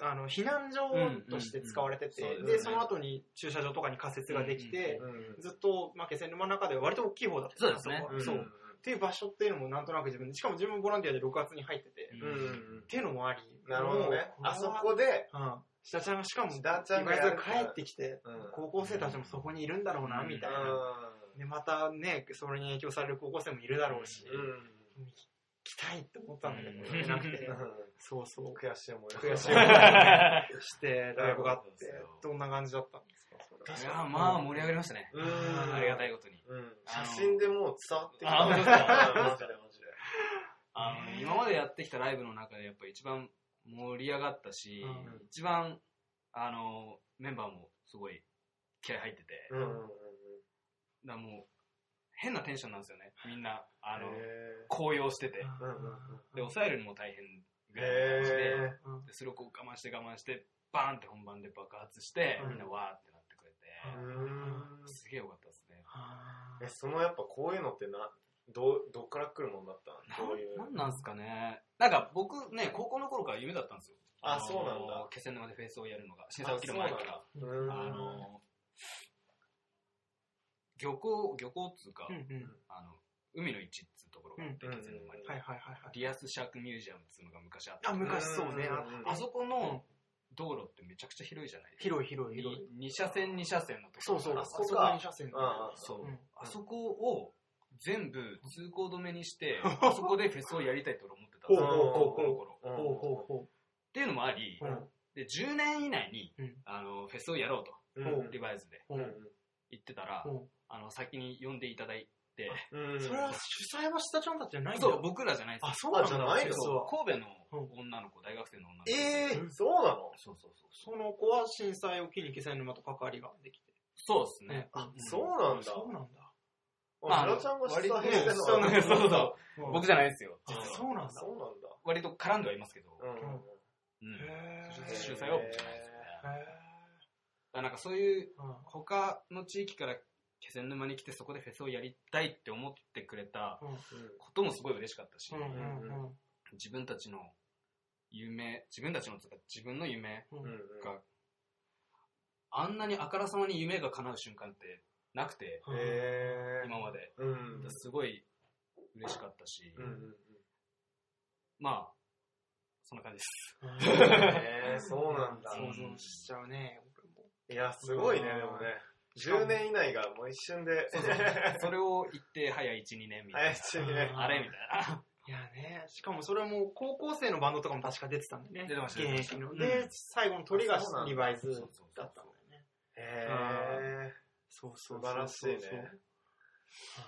Speaker 3: ーあの、避難所として使われてて、
Speaker 4: うんうんうんそう
Speaker 3: で、
Speaker 4: です
Speaker 3: そ
Speaker 4: ね
Speaker 3: の後に駐車場とかに仮設ができて、
Speaker 2: うん
Speaker 3: ずっと、まあ、気仙沼の中では割と大きい方だった
Speaker 4: そうですね
Speaker 3: あこは
Speaker 2: うん
Speaker 3: そう。っていう場所っていうのもなんとなく自分で、しかも自分ボランティアで6月に入ってて、
Speaker 4: う
Speaker 2: う
Speaker 3: っ
Speaker 2: ん うん
Speaker 3: ていうのもあり、
Speaker 2: なるほどね。
Speaker 3: もう
Speaker 2: あそ、こで、
Speaker 3: うん。下ちゃんがしかも、
Speaker 2: 志田ちゃんが
Speaker 3: 意
Speaker 2: や
Speaker 3: 外
Speaker 2: る
Speaker 3: と
Speaker 2: から
Speaker 3: 帰ってきて、
Speaker 2: うん
Speaker 3: 高校生たちもそこにいるんだろうな、
Speaker 4: うん
Speaker 3: みた
Speaker 2: う
Speaker 3: い
Speaker 2: ん
Speaker 3: な。で、またね、それに影響される高校生もいるだろうし、
Speaker 2: う
Speaker 3: 来たいって思ったんだけど、
Speaker 4: うん
Speaker 3: 行けなくて、
Speaker 2: ん
Speaker 3: そうそ
Speaker 2: 悔しい思いを
Speaker 3: 悔しい思い、
Speaker 4: いう
Speaker 3: して、ライブがあって
Speaker 4: そうですよ、
Speaker 3: どんな感じだったんですかそれは
Speaker 2: 確かに
Speaker 4: や、まあ、盛り上がりましたね。
Speaker 2: うん
Speaker 4: ありがたいことに。
Speaker 2: うん写真でもう伝わってきた。
Speaker 4: あ本当ですか
Speaker 2: うんマジでマジで
Speaker 4: あの、今までやってきたライブの中でやっぱ一番盛り上がったし、
Speaker 3: うん
Speaker 4: 一番、あの、メンバーもすごい気合入ってて、
Speaker 2: うんうんうん
Speaker 4: だからもう、変なテンションなんですよね。みんな、あの、
Speaker 2: へ
Speaker 4: 高揚してて。
Speaker 2: うんうんうん
Speaker 4: で、抑えるのも大変ぐらいの感じで、
Speaker 2: え。
Speaker 3: うん
Speaker 4: でそれをこう我慢して我慢して、バーンって本番で爆発して、
Speaker 2: うん
Speaker 4: みんなわーってなってくれて、
Speaker 2: うん
Speaker 4: すげえよかったですね。
Speaker 3: あ
Speaker 2: え、そのやっぱこういうのってな、どう、どっから来るもんだったのどういう。
Speaker 4: なんなんすかね。なんか僕ね、高校の頃から夢だったんですよ。
Speaker 2: あ
Speaker 4: のー
Speaker 2: そうなんだ
Speaker 4: 気仙沼でフェイスをやるのが、
Speaker 2: あ
Speaker 4: 新作起きる前か
Speaker 2: そうなん
Speaker 4: ら
Speaker 2: だ。うん
Speaker 4: あのー漁港、漁港っつうか、
Speaker 3: ーうんうん
Speaker 4: あの、海の市っつうところがあって、
Speaker 2: うん
Speaker 4: 気仙沼に。
Speaker 3: はいはいはいはい。
Speaker 4: リアスシャークミュージアムっつうのが昔あって。
Speaker 3: あ、昔そうね。
Speaker 2: うん
Speaker 4: あそこの道路ってめちゃくちゃ広いじゃないですか。
Speaker 3: 広い広い広い。
Speaker 4: 2車線2車線のとこ
Speaker 3: そ
Speaker 4: ろ
Speaker 3: うそう、
Speaker 2: あ
Speaker 3: あ
Speaker 2: そ
Speaker 3: そ
Speaker 2: こ
Speaker 3: こ
Speaker 2: か
Speaker 3: 二車線
Speaker 2: うんうん
Speaker 4: そう、
Speaker 3: うん
Speaker 4: あそこを全部通行止めにして、あそこでフェスをやりたいと俺思ってたんですよ、
Speaker 2: ほうほうほう
Speaker 4: 高校の頃。
Speaker 2: うん
Speaker 3: ほうほうほ
Speaker 4: っていうのもあり、
Speaker 3: う。
Speaker 4: で10年以内に、
Speaker 3: うん
Speaker 4: あのフェスをやろう
Speaker 2: うん
Speaker 3: ほ
Speaker 4: と、リバイズで
Speaker 3: ほう
Speaker 4: 言ってたら、
Speaker 3: ほ
Speaker 4: あの先に呼んでいただいて、
Speaker 2: うんう
Speaker 3: うんそれは主催は下ちゃんたちじゃないんだ
Speaker 4: そう、僕らじゃないです
Speaker 3: あ、そうなんだ。
Speaker 2: あじゃないの
Speaker 3: 実
Speaker 4: そ
Speaker 3: は
Speaker 4: う神戸の
Speaker 3: う
Speaker 4: 女の子、大学生の女の子。
Speaker 2: えーそうなの
Speaker 4: そうそうそう。
Speaker 3: その子は震災を機に気仙沼と関わりができて。
Speaker 4: そうですね。
Speaker 3: あ
Speaker 2: そうなんだ。
Speaker 3: そうなんだ。
Speaker 4: まあ
Speaker 2: あ、村ちゃんが主催
Speaker 4: 割
Speaker 2: して
Speaker 4: と
Speaker 2: たのは
Speaker 4: そうそうそう。
Speaker 3: うん
Speaker 4: 僕じゃないですよ。
Speaker 3: あ
Speaker 4: 実は
Speaker 3: そうなんだ
Speaker 2: そうな
Speaker 4: 割と絡んではいますけど、
Speaker 2: んだ。うん。
Speaker 4: うん
Speaker 3: へー
Speaker 4: 主催は僕じゃないですね。だか
Speaker 3: へ
Speaker 4: らなんかそういう
Speaker 3: ーうん
Speaker 4: 他の地域から気仙沼に来てそこでフェスをやりたいって思ってくれたこともすごい嬉しかったし、
Speaker 3: うんうんうん
Speaker 4: 自分たちの夢自分たちのつうか自分の夢
Speaker 2: うん。うん
Speaker 4: があんなにあからさまに夢が叶う瞬間ってなくて
Speaker 2: へー
Speaker 4: 今まで
Speaker 2: うん。
Speaker 4: すごい嬉しかったし、
Speaker 2: うんうん
Speaker 4: まあそんな感じです
Speaker 2: うん。へー そうなんだ。
Speaker 3: 想像しちゃうね、俺も。
Speaker 2: いや、すごいね、でもね。10年以内がもう一瞬で。
Speaker 4: それを言って早12年みたい
Speaker 2: 早いしね。
Speaker 4: なあれみたいない
Speaker 3: やね、しかもそれも高校生のバンドとかも確か出てたんだよね。
Speaker 4: 出てました
Speaker 3: 現役の。
Speaker 4: 出てましたう
Speaker 3: で
Speaker 4: ん、
Speaker 3: 最後の鳥が
Speaker 2: あそうなんだ
Speaker 3: リバイズ
Speaker 4: そうそうそう
Speaker 3: だったんだよね。
Speaker 2: へ
Speaker 3: そう
Speaker 2: そう素晴らしいね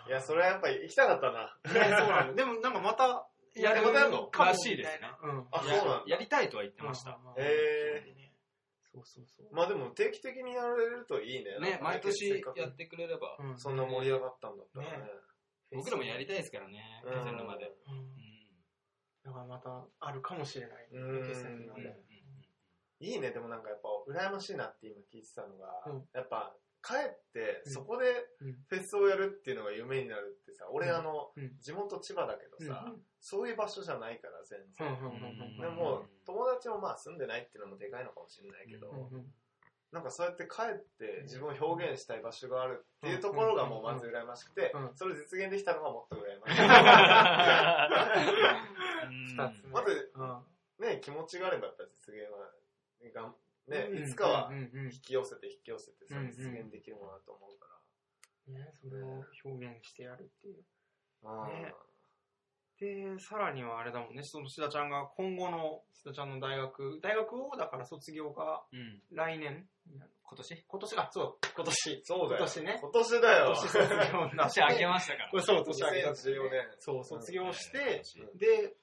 Speaker 2: ーいや、そ
Speaker 3: れ。
Speaker 2: れはやっぱり行きたかったな。
Speaker 3: ね、そうなの。でもなんかまた、
Speaker 4: やる
Speaker 3: やるかも
Speaker 4: らしいで
Speaker 3: み
Speaker 4: すね
Speaker 3: たなうん。
Speaker 2: あ、そうなんだ。
Speaker 4: やりたいとは言ってました、
Speaker 3: う
Speaker 2: へ
Speaker 3: ん。ー。そうそうそう。
Speaker 2: まあでも定期的にやられるといいね。なんか
Speaker 4: ね毎年やっ
Speaker 2: せっか
Speaker 4: てくれれば、
Speaker 3: うん
Speaker 2: くそんな盛り上がったんだったらね
Speaker 3: ね。
Speaker 4: 僕らもやりたいですからね気仙沼で、
Speaker 3: う
Speaker 4: うんん
Speaker 3: だからまたあるかもしれない。
Speaker 2: うん
Speaker 3: 決戦な
Speaker 4: うんん
Speaker 3: で
Speaker 2: いいね、でもなんかやっぱ羨ましいなって今聞いてたのが、
Speaker 3: うん
Speaker 2: やっぱ帰って
Speaker 3: うん
Speaker 2: そこで
Speaker 3: うん
Speaker 2: フェスをやるっていうのが夢になるってさ、俺
Speaker 3: うん
Speaker 2: あの、
Speaker 3: うん
Speaker 2: 地元千葉だけどさ、そういう場所じゃないから全
Speaker 3: うん
Speaker 2: 然。
Speaker 3: うん
Speaker 2: でも
Speaker 3: うん
Speaker 2: もう友達もまあ住んでないっていうのもでかいのかもしれないけど、
Speaker 3: うんうん
Speaker 2: なんかそうやって帰って自分を表現したい場所があるっていうところがもうまず羨ましくて、
Speaker 3: うん
Speaker 2: それを実現できたのがもっと羨 ましい。
Speaker 3: 二つ目
Speaker 4: うん
Speaker 2: まず
Speaker 3: うん
Speaker 2: ね、気持ちがあればやっぱ実現は、がね、
Speaker 3: う
Speaker 2: い
Speaker 3: ん
Speaker 2: つかは
Speaker 3: うんうんうん
Speaker 2: 引き寄せて引き寄せてそれ
Speaker 3: うん
Speaker 2: 実現できるものだと思うから。
Speaker 3: ね、それを表現してやるっていう。
Speaker 2: あー
Speaker 3: ねで、さらにはあれだもんね、その志田ちゃんが今後の志田ちゃんの大学、大学をだから卒業が
Speaker 4: うん
Speaker 3: 来年になる
Speaker 4: 今年
Speaker 3: 今年だ、そう、今年。
Speaker 2: そうだよ。
Speaker 3: 今年ね
Speaker 2: 今年だよ。
Speaker 3: 今年卒業になって
Speaker 4: 年明けましたか ら。
Speaker 3: そう、年明けた
Speaker 2: 2014年。
Speaker 3: そう、卒業して、
Speaker 2: うん
Speaker 3: で、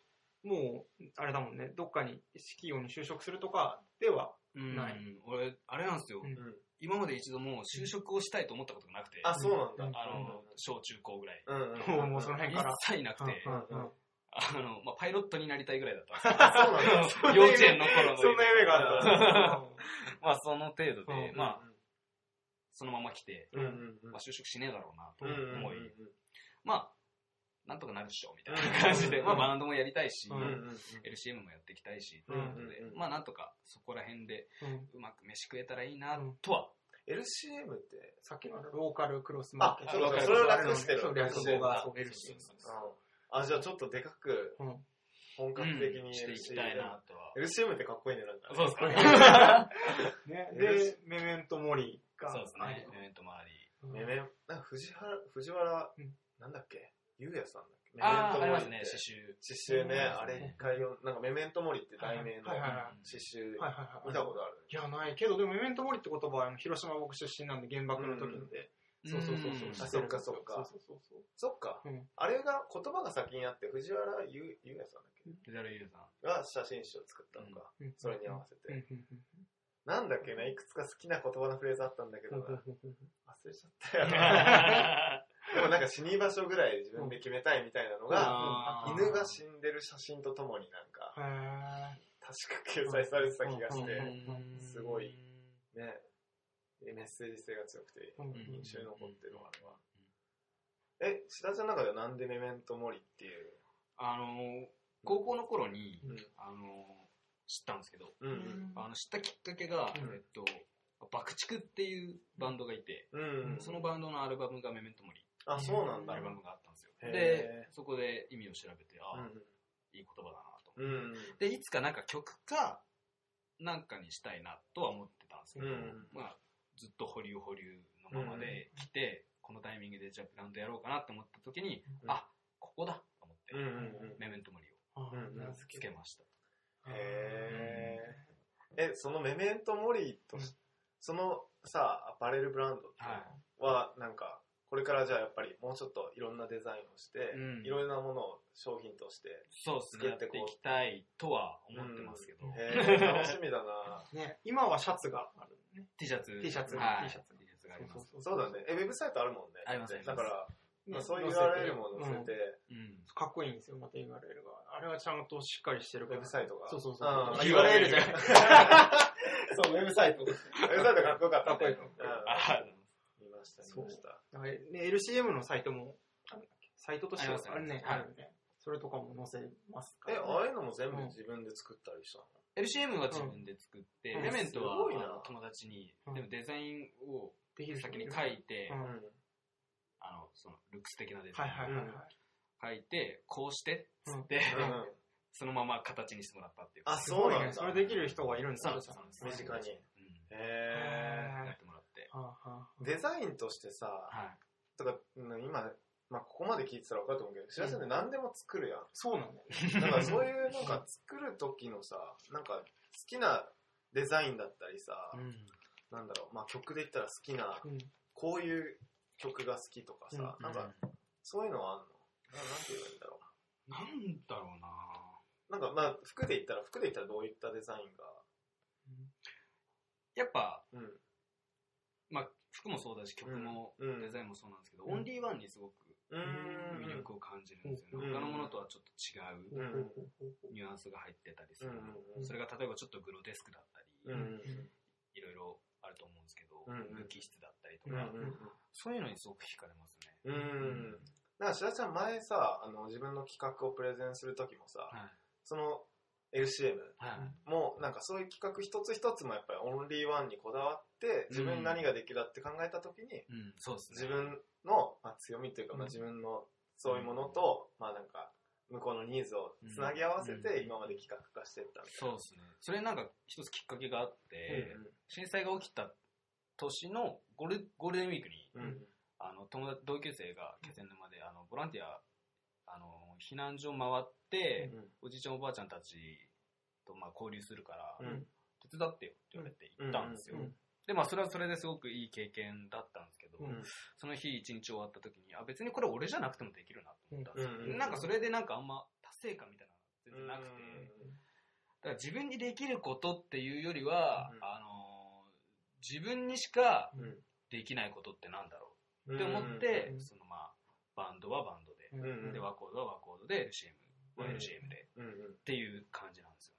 Speaker 3: もう、あれだもんね、どっかに企業に就職するとかでは、
Speaker 4: うん
Speaker 3: ない
Speaker 4: 俺、あれなんですよ。
Speaker 3: うん
Speaker 2: うん
Speaker 4: 今まで一度も就職をしたいと思ったことがなくて、
Speaker 2: あ、そうなんだ。
Speaker 4: あの、小中高ぐらい。
Speaker 2: うんうん
Speaker 3: もうもうその辺
Speaker 4: 一
Speaker 3: から。
Speaker 4: 切なくて、
Speaker 3: うんうんうん
Speaker 4: あの、まあ、パイロットになりたいぐらいだったんで
Speaker 2: あそうなんだ。
Speaker 4: すよ幼稚園の頃の。
Speaker 3: そんな夢があっ
Speaker 4: まあ、その程度で、
Speaker 3: うん
Speaker 4: まあ、そのまま来て、
Speaker 2: うんうんうん
Speaker 4: まあ、就職しねえだろうなと
Speaker 2: うんうんうん
Speaker 4: 思い、まあ、なんとかなるっしょ、みた
Speaker 2: う
Speaker 4: い
Speaker 2: ん
Speaker 4: な感じで、
Speaker 2: うん
Speaker 4: まあ、バンドもやりたいし、
Speaker 3: う
Speaker 2: うんうんうん
Speaker 4: LCM もやっていきたいし、
Speaker 2: うん
Speaker 4: といううんことで
Speaker 2: うん、
Speaker 4: まあ、なんとかそこら辺で
Speaker 3: た。うん
Speaker 4: うまく飯食えたらいいな、とは。
Speaker 2: LCM って、
Speaker 3: さっきのあのローカルクロスマーケット。
Speaker 2: あそう
Speaker 4: か
Speaker 3: ロー
Speaker 4: そ
Speaker 3: カ
Speaker 4: れ
Speaker 2: を
Speaker 3: ル
Speaker 2: 略してる
Speaker 3: そう略語が
Speaker 4: そう
Speaker 3: そう
Speaker 4: そうそう
Speaker 2: ああ、じゃあちょっとでかく、
Speaker 3: うん
Speaker 2: 本格
Speaker 4: うん
Speaker 2: 的に
Speaker 4: していき
Speaker 2: LCM
Speaker 4: たい。な、とは。
Speaker 2: LCM ってかっこいいね、なんか。
Speaker 4: そうですかね。
Speaker 3: ね、
Speaker 2: よ
Speaker 3: で
Speaker 2: し、
Speaker 3: メメントモリが。
Speaker 4: そうですね。メメント周り。
Speaker 3: うん
Speaker 2: メメン、なんか藤原、藤原
Speaker 3: うん、
Speaker 2: なんだっけゆうやさんだっけ
Speaker 4: ああ、あり
Speaker 2: モリ
Speaker 4: ま
Speaker 2: っ
Speaker 4: す
Speaker 2: て
Speaker 4: ね、刺
Speaker 2: 刺繍
Speaker 4: 繍。
Speaker 2: ね、
Speaker 4: うん
Speaker 2: あれ一回読んなんかメメントモリって題名の
Speaker 3: はいはいはい
Speaker 2: 刺繍、
Speaker 3: はいはいはい。
Speaker 2: 見たことある。
Speaker 3: いや、ないけど、でもメメントモリって言葉はあの広島僕出身なんで原爆の時ので。
Speaker 4: うん
Speaker 3: そうそうそうそうう。知てるん
Speaker 4: ん
Speaker 3: です
Speaker 2: あそ
Speaker 3: よ
Speaker 2: っかそっか
Speaker 3: そうそうそう
Speaker 2: そっか、
Speaker 3: うん
Speaker 2: あれが言葉が先にあって、藤原ゆゆうやさんだっけ
Speaker 4: ペダルユーザ
Speaker 2: が写真集を作ったのか、
Speaker 3: そう。
Speaker 2: それに合わせ
Speaker 3: うんう
Speaker 2: て。
Speaker 3: んうん
Speaker 2: なんだっけな、いくつか好きな言葉のフレーズあったんだけどな、忘れちゃったよ な。
Speaker 4: ー。
Speaker 2: でもなんか死に場所ぐらい自分で決めたいみたいなのが、
Speaker 4: あー
Speaker 2: 犬が死んでる写真とともになんか、
Speaker 3: へ
Speaker 2: 確か掲載されてた気がし
Speaker 3: うんう
Speaker 2: て、
Speaker 3: ん
Speaker 2: すごい。ね、メッセージ性が強くて、
Speaker 3: うん
Speaker 2: 印象に残ってるのあれは。え、下地の中ではなんでメメントモリっていう。
Speaker 4: あの、高校の頃に
Speaker 2: うん、
Speaker 4: あの、知ったんですけど、
Speaker 2: うん
Speaker 4: あの、知ったきっかけが、
Speaker 2: うん
Speaker 4: えっと、爆竹っていうバンドがいて、
Speaker 2: うん。うん。
Speaker 4: そのバンドのアルバムがメメントモリ
Speaker 2: あ、そうなん
Speaker 4: の
Speaker 2: だ。
Speaker 4: アルバムがあったんですよ。
Speaker 2: へー
Speaker 4: で、そこで意味を調べて、あ、いい言葉だなと
Speaker 2: うん。うん。
Speaker 4: で、いつかなんか曲か、なんかにしたいなとは思ってたんですけど、
Speaker 2: うん
Speaker 4: まあ、ずっと保留保留のままで来て、このタイミングでじゃあブランドやろうかなって思った時に、
Speaker 2: うん
Speaker 4: あ、ここだと思って、
Speaker 2: うんうんうん
Speaker 4: メメントモリを
Speaker 2: うん
Speaker 3: ー
Speaker 4: つけました。
Speaker 2: へえ。え、そのメメントモリとし、そのさ、アパレルブランドって
Speaker 4: は
Speaker 2: は、なんか、これからじゃあやっぱりもうちょっといろんなデザインをして、
Speaker 4: うん
Speaker 2: いろんなものを商品として。
Speaker 4: そうですね、や
Speaker 2: 作っ
Speaker 4: ってて
Speaker 2: こう
Speaker 4: いきたいとは思ってますけど、
Speaker 2: へえ、楽しみだな。
Speaker 3: ね、今はシャツがあるね。
Speaker 4: T シャツ。
Speaker 3: T シャツ
Speaker 4: はい、
Speaker 3: T
Speaker 4: T
Speaker 3: シ
Speaker 4: シ
Speaker 3: ャ
Speaker 4: ャ
Speaker 3: ツ
Speaker 4: ツ。があります。
Speaker 3: そ
Speaker 2: そうだね。え、ウェブサイトあるもんね。
Speaker 4: ありますありま
Speaker 2: だ
Speaker 4: す
Speaker 2: から、まあ、そういう
Speaker 3: 載せ
Speaker 2: URL
Speaker 3: て
Speaker 2: も載せて、
Speaker 4: うん。
Speaker 3: かっこいいんですよ、また URL が。あれはちゃんとしっかりしてる
Speaker 2: ウェブサイトが。
Speaker 3: そうそうそ
Speaker 2: ん
Speaker 3: う。あ URL じゃない。そう、ウェブサイト。
Speaker 2: ウェブサイトかっこよかった。
Speaker 3: かっこいい
Speaker 2: うん
Speaker 4: あ
Speaker 2: 見ました、
Speaker 3: そ
Speaker 2: 見
Speaker 3: う
Speaker 2: ました。
Speaker 3: なんかね、LCM のサイトも、あるんだっけサイトとしてはあ
Speaker 4: あ
Speaker 3: る
Speaker 4: りま
Speaker 3: ね
Speaker 4: す、
Speaker 3: あるね。それとかも載せますか
Speaker 2: え、
Speaker 3: ら、
Speaker 2: ああいうのも全部自分で作ったりした
Speaker 4: LCM は自分で作って、
Speaker 3: うん
Speaker 4: メメントは
Speaker 2: すごいな
Speaker 4: 友達に、
Speaker 3: うん
Speaker 4: でもデザインを
Speaker 3: できる人
Speaker 4: 先
Speaker 3: もい
Speaker 4: に
Speaker 3: る
Speaker 4: 書いて、
Speaker 3: うん
Speaker 2: の、
Speaker 4: あの、その、ルックス的なデザ
Speaker 3: は
Speaker 4: イ
Speaker 3: い
Speaker 4: ン
Speaker 3: はいはいはい。
Speaker 4: 書いて、こうして、つって、
Speaker 2: うん
Speaker 4: そのまま形にしてもらったっていう。
Speaker 2: あ
Speaker 3: す
Speaker 2: そう
Speaker 3: ごい
Speaker 2: なん
Speaker 3: ね。
Speaker 2: だ
Speaker 3: それできる人がいるんです
Speaker 4: そ
Speaker 3: よ
Speaker 4: うなんです、そうなんです。
Speaker 2: 身近に
Speaker 4: うん
Speaker 2: へ
Speaker 3: へ
Speaker 4: やってもらって。
Speaker 3: はあはあはあ
Speaker 2: ーデザインとしてさ、
Speaker 4: はい。
Speaker 2: とか、うん今、まあ、ここまで聞いてたら分かると思うけど、白井さんって何でも作るやん。
Speaker 3: そうなんだよね。
Speaker 2: だから そういうなんか作る時のさ、なんか好きなデザインだったりさ、なんだろう、まあ曲で言ったら好きな、
Speaker 3: うん
Speaker 2: こういう曲が好きとかさ、
Speaker 3: う
Speaker 2: なんかそういうのはあんのななんて言えばいいんだろ
Speaker 4: なんだろうな
Speaker 2: う。なんかまあ服で言ったら、服で言ったらどういったデザインが、
Speaker 4: やっぱ、
Speaker 2: うん。
Speaker 4: まあ、服もそうだし、曲も、
Speaker 2: うん
Speaker 4: デザインもそうなんですけど、
Speaker 2: うん
Speaker 4: オンリーワンにすごく
Speaker 2: うーん
Speaker 4: 魅力を感じるんですよね。
Speaker 2: うん
Speaker 4: 他のものとはちょっと違う
Speaker 2: うん
Speaker 4: ニュアンスが入ってたりす
Speaker 2: うん
Speaker 4: る。それが例えばちょっとグロテスクだった
Speaker 2: うんう
Speaker 4: り、
Speaker 2: ん
Speaker 4: いろいろあると思うんですけど、
Speaker 2: うん
Speaker 4: 無機質だったりと
Speaker 2: うんう
Speaker 4: か、
Speaker 2: ん
Speaker 4: そういうのにすごく惹かれます
Speaker 2: う
Speaker 4: ね。
Speaker 2: んうんなんか白井ちゃん前さあの自分の企画をプレゼンする時もさ、
Speaker 4: はい。
Speaker 2: その LCM
Speaker 4: はい。
Speaker 2: もなんかそういう企画一つ一つもやっぱりオンリーワンにこだわって自分に何ができるだって考えた時に
Speaker 4: うん、そうですね。
Speaker 2: 自分の、まあ、強みというか、まあ、
Speaker 3: うん
Speaker 2: 自分のそういうものと、まあなんか向こうのニーズをつなぎ合わせ
Speaker 4: うん
Speaker 2: て今まで企画化していったみたい
Speaker 4: そうですね。それなんか一つきっかけがあって、震災が起きた年のゴールゴールデンウィークに、
Speaker 2: な。うんうん
Speaker 4: あの友達同級生が気仙沼であのボランティアあの避難所回って、おじいちゃんおばあちゃんたちとまあ交流するから、
Speaker 2: うん
Speaker 4: 手伝ってよって言われて行ったんですよ、
Speaker 2: うんうん
Speaker 4: で、まあ、それはそれですごくいい経験だったんですけど、
Speaker 2: うん
Speaker 4: その日一日終わった時に、あ、別にこれ俺じゃなくてもできるなと思ったんですよ。
Speaker 2: うんうんうん
Speaker 4: なんかそれでなんかあんま達成感みたいなのが全然なくて、だから自分にできることっていうよりは、
Speaker 2: うん
Speaker 4: あのー自分にしか
Speaker 2: うん
Speaker 4: できないことってなんだろ
Speaker 2: う
Speaker 4: うんって思って、
Speaker 3: うん
Speaker 4: そのまあ、バンドはバンドで、
Speaker 3: うん
Speaker 2: うん
Speaker 4: で、ワコードはワコードで、LCM は
Speaker 2: うん
Speaker 4: LCM で、
Speaker 2: うん
Speaker 4: っていう感じなんですよ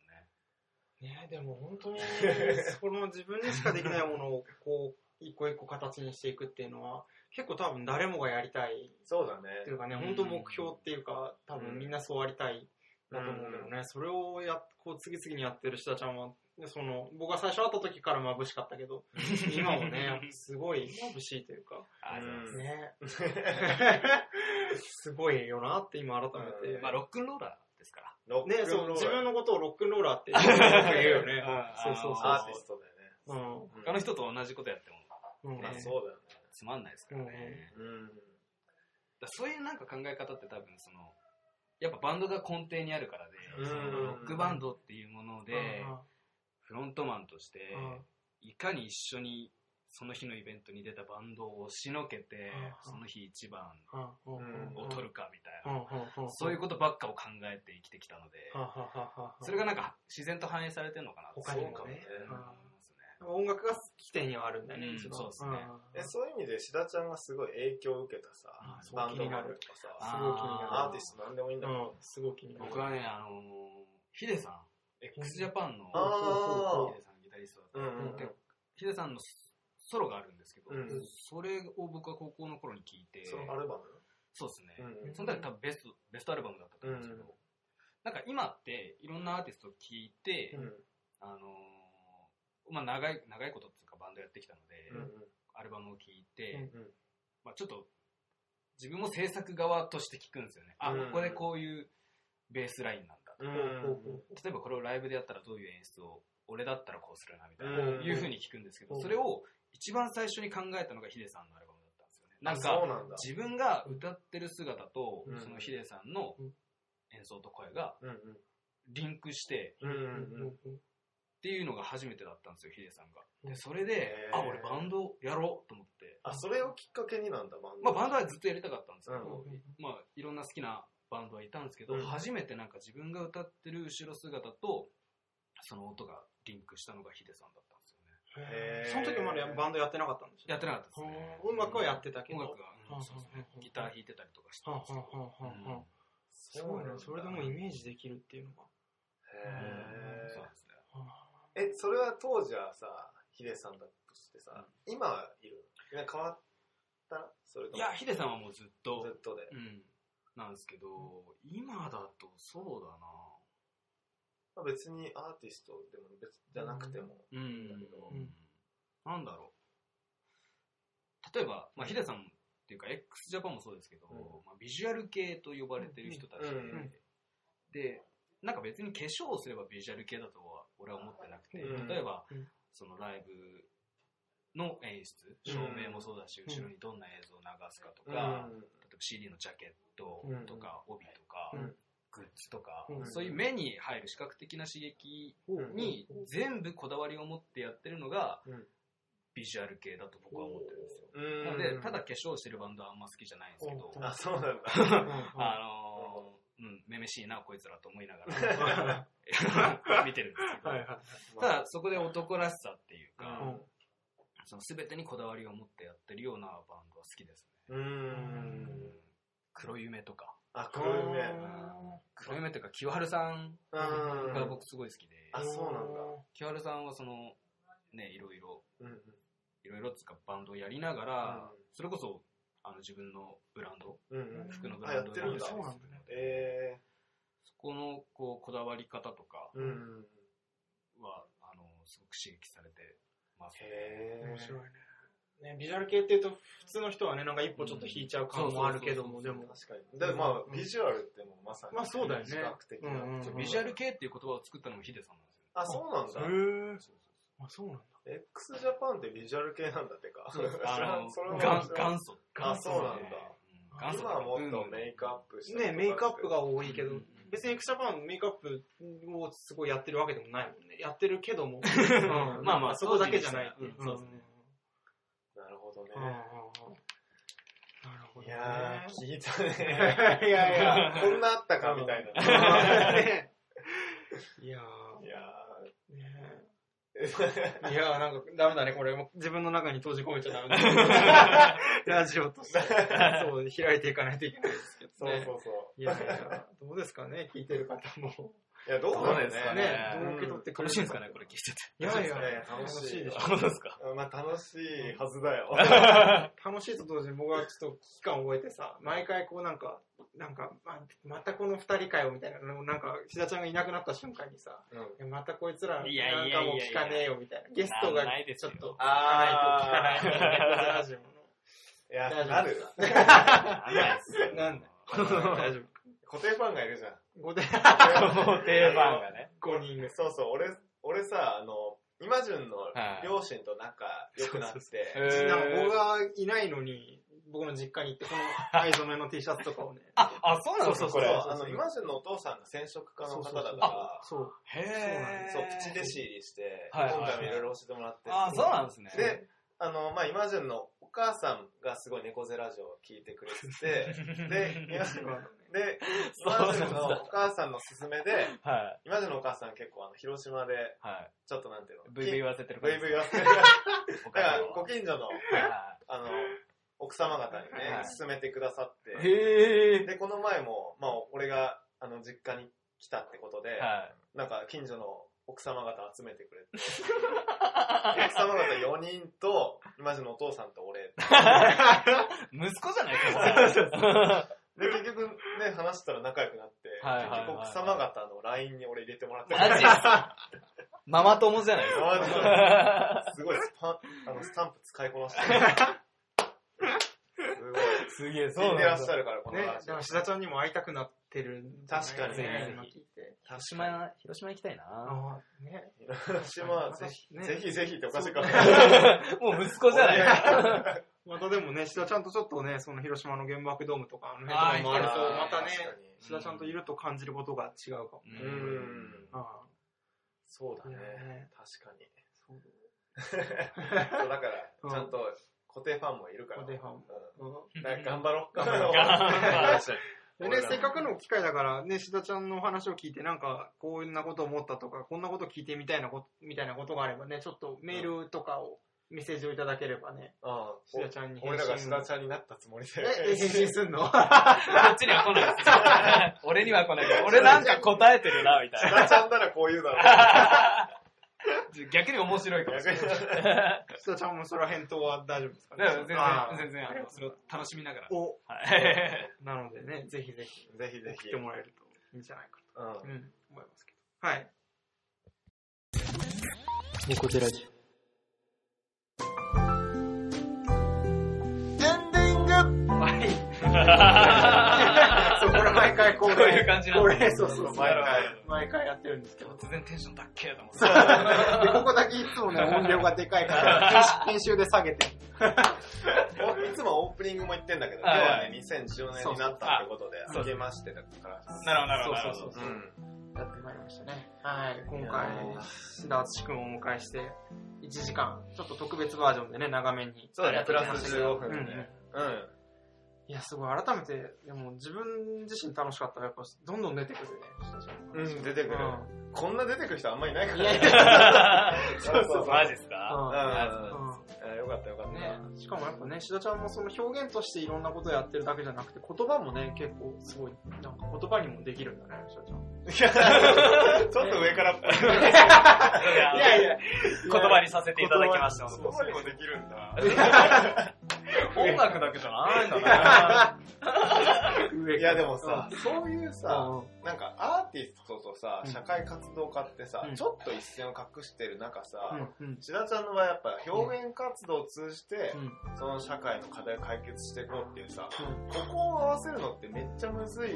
Speaker 4: ね。
Speaker 3: ねでも本当に、 その自分にしかできないものを、こう、一個一個形にしていくっていうのは、結構多分誰もがやりたい
Speaker 2: そうだね
Speaker 3: っていうかね、
Speaker 4: う
Speaker 3: 本
Speaker 4: ん
Speaker 3: 当目標っていうか、多分みんなそうありたいだと思うけどね、それをやっ、こう次々にやってる志田ちゃんは、ねその、僕が最初会った時から眩しかったけど、今もね、すごい眩しいというか、
Speaker 4: あそうですね
Speaker 3: ねすごいよなって今改めて。
Speaker 2: うん
Speaker 4: まあ、ロックンローラーですから。。
Speaker 2: ロッ
Speaker 3: ね、
Speaker 2: クンロ
Speaker 3: そう、
Speaker 2: ーラー
Speaker 3: 自分のことをロックンローラーってよく言うよね
Speaker 4: あ
Speaker 3: そうそう
Speaker 2: アーティ
Speaker 4: そ
Speaker 2: ストだよね
Speaker 3: う
Speaker 4: 他の人と同じことやっても
Speaker 3: ん。うん
Speaker 2: まあ
Speaker 3: ね
Speaker 2: そうだよね
Speaker 4: つまんないですからね。
Speaker 2: うん
Speaker 4: だからそういうなんか考え方って多分その、やっぱバンドが根底にあるからで、
Speaker 2: うん
Speaker 4: そのロックバンドっていうもので、フロントマンとして、
Speaker 3: うん
Speaker 4: いかに一緒にその日のイベントに出たバンドを押しのけて、
Speaker 3: うん
Speaker 4: その日一番
Speaker 3: うんうんうん
Speaker 4: を取るかみた
Speaker 3: う
Speaker 4: い
Speaker 3: ん
Speaker 4: な、
Speaker 3: うんうん
Speaker 4: そういうことばっかを考えて生きてきたので、
Speaker 3: はははは
Speaker 4: それがなんか自然と反映されてるのかな
Speaker 3: 他
Speaker 2: に
Speaker 4: そ
Speaker 2: も
Speaker 4: うかも
Speaker 2: ね
Speaker 4: ね。
Speaker 2: うん
Speaker 4: 思いますね
Speaker 3: 音楽が起点にはあるんだよね、
Speaker 4: うん
Speaker 3: 一番
Speaker 4: そうですね
Speaker 2: えそういう意味で志田ちゃんがすごい影響を受けたさ
Speaker 4: あそう
Speaker 2: バンドマン
Speaker 3: 気になる
Speaker 2: とかさ
Speaker 3: すごい気になる
Speaker 2: アーティストなんでもいいんだ
Speaker 3: う
Speaker 2: けど
Speaker 3: ん、すごい気になる。
Speaker 4: 僕はね、あのーヒデさん、x ジャパンのヒ
Speaker 2: あー
Speaker 4: デさんギタリストだった
Speaker 2: うんうんうん
Speaker 4: でヒデさんのソロがあるんですけど、
Speaker 2: うん
Speaker 4: それを僕は高校の頃に聞いて、
Speaker 2: そのアルバム
Speaker 4: そうですね、
Speaker 2: うん
Speaker 4: その時多分ベスト、ベストアルバムだったと思うんですけど、
Speaker 2: うん
Speaker 4: なんか今っていろんなアーティストを聞いて、
Speaker 2: うん
Speaker 4: あのーまあ長い、長いことっていうかバンドやってきたので、
Speaker 2: うん
Speaker 4: アルバムを聞いて、
Speaker 2: うんうん
Speaker 4: まあちょっと自分も制作側として聞くんですよね。あ、
Speaker 2: うん
Speaker 4: ここでこういうベースラインなんだと
Speaker 2: う
Speaker 4: か、
Speaker 2: ん
Speaker 4: 例えばこれをライブでやったらどういう演出を、俺だったらこうするなみたいな、
Speaker 2: うん
Speaker 4: いうふうに聞くんですけど、
Speaker 3: うん
Speaker 4: それを一番最初に考えたのがヒデさんのアルバムだったんですよね。なん
Speaker 2: そう
Speaker 4: か、
Speaker 2: なんだ
Speaker 4: 自分が歌ってる姿と、
Speaker 2: うん
Speaker 4: そのヒデさんの演奏と声が
Speaker 2: うん
Speaker 4: リンクして、
Speaker 2: うんうん
Speaker 3: うん
Speaker 2: うんうん
Speaker 4: っていうのが初めてだったんですよ、ヒデさんが。
Speaker 3: う
Speaker 4: で、
Speaker 3: ん
Speaker 4: それで
Speaker 2: へ、ー
Speaker 4: あ、俺バンドやろうと思って。
Speaker 2: あそれをきっかけになんだバン
Speaker 4: ま
Speaker 2: ド
Speaker 4: あバンドはずっとやりたかったんですけど、
Speaker 2: う
Speaker 4: まあ、いろんな好きなバンドはいたんですけど、
Speaker 2: うん
Speaker 4: 初めてなんか自分が歌ってる後ろ姿と、その音がリンクしたのがヒデさんだったんです
Speaker 2: へー
Speaker 4: よね。
Speaker 3: その時まだバンドやってなかったんでしょ
Speaker 4: やってなかったですね。
Speaker 3: うん音楽はやってたけど。
Speaker 4: 音楽は、う
Speaker 3: う
Speaker 4: ん
Speaker 3: ん
Speaker 4: そうですね
Speaker 3: う。ん
Speaker 4: ギター弾いてたりとかしてたん
Speaker 3: は
Speaker 4: です
Speaker 3: あ
Speaker 4: け
Speaker 3: はあはあはあはあすごい
Speaker 4: ど
Speaker 3: ね。それでもうイメージできるっていうのが。
Speaker 4: うん
Speaker 2: へ
Speaker 4: そう
Speaker 2: ー
Speaker 4: ですね。
Speaker 2: えそれは当時はさヒデさんだとしてさ今いるの変わったそれとも
Speaker 4: いや、ヒデさんはもうずっと、
Speaker 2: ずっとで
Speaker 4: うん、なんですけど、今だとそうだ
Speaker 2: まあ、別にアーティストでも別じゃなくても、
Speaker 4: なうん
Speaker 2: だけど
Speaker 4: うんなんだろう。例えば、まあ、ヒデさんっていうか、x ジャパンもそうですけど、
Speaker 2: うん
Speaker 4: まあ、ビジュアル系と呼ばれてる人たちで、
Speaker 2: うんうん
Speaker 4: で、なんか別に化粧をすればビジュアル系だとは俺は思ってなくて、
Speaker 2: うん
Speaker 4: 例えば、
Speaker 3: うん
Speaker 4: そのライブの演出、照明もそうだし、
Speaker 3: ん
Speaker 4: 後ろにどんな映像を流すかと
Speaker 2: うん、
Speaker 4: か、例えば CD のジャケットとか、帯とか、
Speaker 3: うん
Speaker 4: グッズとか、
Speaker 3: うん
Speaker 4: そういう目に入る視覚的な刺激
Speaker 2: うん
Speaker 4: に全部こだわりを持ってやってるのが、
Speaker 2: うん
Speaker 4: ビジュアル系だと僕は思ってるんですよ。
Speaker 2: うん
Speaker 4: なので、ただ化粧してるバンドはあんま好きじゃないんですけど、
Speaker 2: あそうなんだ
Speaker 4: あのー、うん、めめしいな、こいつらと思いながら 見てるんですけど、
Speaker 3: はいは
Speaker 4: ただそこで男らしさっていうか、
Speaker 2: うん
Speaker 4: その全てにこだわりを持ってやってるようなバンドは好きですね。
Speaker 2: う
Speaker 4: うんん黒夢とか、
Speaker 2: あ黒い目
Speaker 3: うん
Speaker 4: 黒夢っていうか清春さん
Speaker 2: うん
Speaker 4: が僕すごい好きで、
Speaker 2: あそうなんだ
Speaker 4: 清春さんはそのねいろいろ
Speaker 2: うんうん
Speaker 4: いろいろっつうかバンドをやりながら、
Speaker 2: うん
Speaker 4: それこそあの自分のブランド
Speaker 2: うんうん
Speaker 4: 服のブ
Speaker 2: あ
Speaker 4: ラ
Speaker 2: や
Speaker 4: ン
Speaker 2: っ
Speaker 4: ド
Speaker 2: てるんだ
Speaker 4: や
Speaker 3: そう
Speaker 4: った
Speaker 3: な
Speaker 4: り
Speaker 3: んだ
Speaker 4: するので
Speaker 2: え
Speaker 4: そこのこうこだわり方とか
Speaker 2: ー、うん
Speaker 4: はあのすごく刺激されてますね。
Speaker 2: へえ
Speaker 3: 面白いね。ね、ビジュアル系っていうと、普通の人はね、なんか一歩ちょっと引いちゃう感もあるけども、でも。
Speaker 2: 確かにでまあビジュアルってもうまさに、
Speaker 3: まあそうだよね
Speaker 2: 視覚的な、
Speaker 3: うんうんうん
Speaker 4: ビジュアル系っていう言葉を作ったのもヒデさんなんですよ。
Speaker 2: あそうなんだ、
Speaker 3: へあ、そうなんだ。
Speaker 2: x ジャパンってビジュアル系なんだってか
Speaker 4: そうですあの
Speaker 2: それは
Speaker 4: がん
Speaker 2: それは
Speaker 4: 元祖。
Speaker 2: あそうなんだ
Speaker 4: 元祖
Speaker 2: 今はもっとメイクアップして
Speaker 3: ね、メイクアップが多いけど、
Speaker 4: うん
Speaker 3: 別にエクスジャパンメイクアップをすごいやってるわけでもないもんね。やってるけど も。うん
Speaker 4: まあまあ
Speaker 3: そこだけじゃないっていう。
Speaker 4: そうですね
Speaker 2: なるほどね。
Speaker 3: うんうんうんなるほどね。
Speaker 2: いやー、聞いたね。
Speaker 3: いやいや。
Speaker 2: こんなあったかみたいな。
Speaker 3: ね いや
Speaker 2: いや
Speaker 3: ー、ね
Speaker 2: ー。
Speaker 3: いやーなんかダメだね、これ。もう自分の中に閉じ込めちゃダメだ、ね。 ラジオとして、そう、開いていかないといけないですけど、
Speaker 2: そう
Speaker 3: ね。
Speaker 2: そうそう。
Speaker 3: いやいや、どうですかね、聞いてる方も。
Speaker 2: いや、どう
Speaker 4: そう
Speaker 2: なん
Speaker 4: で
Speaker 2: ですす
Speaker 4: か
Speaker 2: か
Speaker 4: ね
Speaker 2: ね。
Speaker 3: どう受け取ってくれる
Speaker 4: 楽しいんですかね、これ聞いて
Speaker 3: いやいや、楽
Speaker 2: 楽しい
Speaker 3: しいでしょ
Speaker 4: て。。本当ですか
Speaker 2: まあ、楽しいはずだよ。
Speaker 3: 楽しいと同時に僕はちょっと危機感を覚えてさ、毎回こうなんか、なんか、ままたこの二人かよみたいなのをなんか、志田ちゃんがいなくなった瞬間にさ、いやまたこいつら、
Speaker 4: いやいや
Speaker 3: ないんか
Speaker 4: やい
Speaker 3: も
Speaker 4: や
Speaker 3: う聞かねえよみたいな。ゲストが
Speaker 4: なんないです
Speaker 3: ちょ
Speaker 4: よ
Speaker 3: っと、聞
Speaker 2: あ
Speaker 3: かないと
Speaker 2: ー
Speaker 3: 聞か ないと。ラジオの。
Speaker 2: いや、なる。
Speaker 4: あんまりです
Speaker 3: なんだ大丈夫。
Speaker 2: 固定ファンがいるじゃん。
Speaker 3: 5で
Speaker 4: もう定番がね。
Speaker 3: 5人です。
Speaker 2: そうそう、俺、俺さ、あの、イマジュンの両親と仲良くなって、
Speaker 3: なんか僕がいないのに、僕の実家に行って、この藍染めの T シャツとかをね、
Speaker 4: あ、あ、そうなんです
Speaker 2: そ
Speaker 4: か
Speaker 2: うそう、
Speaker 4: これ。
Speaker 2: あの、イマジュンのお父さんが染色家の方だから、
Speaker 3: そう。
Speaker 4: へー
Speaker 2: そう、プチ弟子入りして、
Speaker 4: はい
Speaker 2: 今回もいろいろ教えてもらって。
Speaker 4: あ、そうなんですね。
Speaker 2: で、あの、まあ、イマジュンのお母さんがすごい猫背ラジオを聞いてくれて て、で、イマジュンので、イマジュンのお母さんの勧めで、
Speaker 4: は
Speaker 2: イ
Speaker 4: い。
Speaker 2: マジュンのお母さん結構あの、広島で、
Speaker 4: はい。
Speaker 2: ちょっとなんていうの、
Speaker 4: ブイブイ言わせてる
Speaker 2: ブイブイ言わせてる。
Speaker 4: お
Speaker 2: だか
Speaker 4: 母
Speaker 2: ら、ご近所の、あの、奥様方に
Speaker 4: は
Speaker 2: ね
Speaker 4: い、
Speaker 2: 勧めてくださって、
Speaker 4: さんへぇ
Speaker 2: で、この前も、まあ、俺が、あの、実家に来たってことで、
Speaker 4: ー。は
Speaker 2: なんか、近所の奥様方集めてくれて、 奥様方4人と、今時のお父さんと俺。
Speaker 4: い。息子じゃないで すか、こ
Speaker 2: で、結局ね、話したら仲良くなって、
Speaker 4: はいはいはいはい
Speaker 2: 結局奥様方の LINE に俺入れてもらって、
Speaker 4: れマジですかママ友じゃないですか。
Speaker 2: すごいスパン、あの、スタンプ使いこなしてる。すごい。
Speaker 4: すげえ、そう
Speaker 2: 聞てら
Speaker 4: ないん
Speaker 2: っ
Speaker 4: だ
Speaker 2: し。ゃるから、この
Speaker 3: ね、だ
Speaker 2: 話。
Speaker 3: から志田ちゃんにも会いたくなってるんじゃない。
Speaker 2: 確かに
Speaker 4: ね
Speaker 3: 今聞いて。
Speaker 4: 広島、広島行きたいな
Speaker 3: ああ、ね。
Speaker 2: 広島、ぜひ、
Speaker 3: ね
Speaker 2: ぜひぜひっておかしいから。
Speaker 4: もう息子 じゃないですか。
Speaker 3: またでもね、志田ちゃんとちょっとね、その広島の原爆ドームとか、あの
Speaker 4: あー
Speaker 3: 辺とかもあると、またね、
Speaker 2: 確かに
Speaker 3: 志田ちゃんといると感じることが違うかも。
Speaker 4: う。
Speaker 2: うんん。
Speaker 3: あ
Speaker 2: そうだね
Speaker 3: いやね。
Speaker 2: 確かに。
Speaker 3: あ、そう
Speaker 2: そうだから
Speaker 3: う、ん
Speaker 2: ちゃんと固定ファンもいるから。
Speaker 3: 固定ファンもうん
Speaker 2: うん。だから頑張ろう。頑
Speaker 4: 頑
Speaker 2: 張
Speaker 4: 張
Speaker 2: ろ
Speaker 3: でね、せっかくの機会だから、ね、志田ちゃんのお話を聞いて、なんか、こんなこと思ったとか、こんなこと聞いてみたいなこと、みたいなことがあればね、ちょっとメールとかを、メッセージをいただければね、志
Speaker 2: う。う
Speaker 3: 田
Speaker 2: ん。
Speaker 3: ちゃんに
Speaker 2: 俺
Speaker 3: 返
Speaker 2: らが
Speaker 3: 信
Speaker 2: 須
Speaker 3: を
Speaker 2: 田ちゃんになったつもりで。
Speaker 3: え、え返信すんの
Speaker 4: こっちには来ないです。俺には来 ない。俺なんか答えてるな、みたい
Speaker 2: 須
Speaker 4: な。
Speaker 2: 田ちゃんならこう言うだろ
Speaker 4: 逆に面白いかも
Speaker 2: う。
Speaker 4: しれ ない。
Speaker 3: 志田ちゃんもそら返答は大丈夫ですかね
Speaker 4: だから全然
Speaker 3: あー、
Speaker 4: 全然、あの、それを楽しみながら。
Speaker 3: お、
Speaker 4: はい。
Speaker 3: なのでね、ぜひぜひ、
Speaker 2: ぜひ
Speaker 3: 送
Speaker 2: ぜ
Speaker 3: っ
Speaker 2: ひ。
Speaker 3: てもらえるといいんじゃないか
Speaker 2: うん
Speaker 3: と、うん、思いますけど。はい。はい。 そう、これ毎回こう、
Speaker 4: こういう感じなん
Speaker 3: こ
Speaker 4: だ
Speaker 3: れ、そうそう、
Speaker 2: 毎回
Speaker 3: 毎回やってるんですけど。
Speaker 4: 突然テンションだっけと思って。
Speaker 3: で、ここだけいつもね、音量がでかい から、編集で下げて。
Speaker 2: いつもオープニングも言ってんだけど、今
Speaker 4: はい
Speaker 2: 日はね、2014年になったってことで、
Speaker 4: そうそう
Speaker 2: 明けましてだから。
Speaker 4: なるほど、なるほど。
Speaker 3: そう
Speaker 2: う
Speaker 3: そうそ
Speaker 2: ん。
Speaker 3: やってまいりましたね。はい、今回
Speaker 2: いやー、
Speaker 3: 志田淳君をお迎えして、1時間、ちょっと特別バージョンでね、長めに。
Speaker 2: そうだね、プラ
Speaker 3: やって
Speaker 2: ス
Speaker 3: きましたけど
Speaker 2: 15分でね。うん。
Speaker 3: いや、すごい、改めて、でも自分自身楽しかったら、やっぱ、どんどん出てくるね、志田
Speaker 2: う
Speaker 3: 淳
Speaker 2: ん、出てくる。
Speaker 3: う
Speaker 2: こんな出てくる人あんまいないから
Speaker 3: いやい
Speaker 2: ね。そうそうそう
Speaker 4: マジですか
Speaker 2: うんん。
Speaker 3: うん。
Speaker 2: えーよかったよかった。
Speaker 3: ね、しかもやっぱね、志田ちゃんもその表現としていろんなことやってるだけじゃなくて、言葉もね、結構すごい、なんか言葉にもできるんだね、志田ちゃん。
Speaker 2: ちょっと上からっぽい。
Speaker 4: いやいや、言葉にさせていただきました。
Speaker 2: そこまでもできるんだ。
Speaker 4: 音楽だけじゃないんだな。
Speaker 3: 上
Speaker 2: いやでもさ、、そういうさ、なんかアーティストとさ、
Speaker 3: うん
Speaker 2: 社会活動家ってさ
Speaker 3: う、ん
Speaker 2: ちょっと一線を隠してる中
Speaker 3: うん
Speaker 2: さ、
Speaker 3: うん、
Speaker 2: 志田ちゃんの場合やっぱ表現活動を通じて
Speaker 3: う、ん、
Speaker 2: その社会の課題を解決していこうっていうさ、ここを合わせるのってめっちゃむずい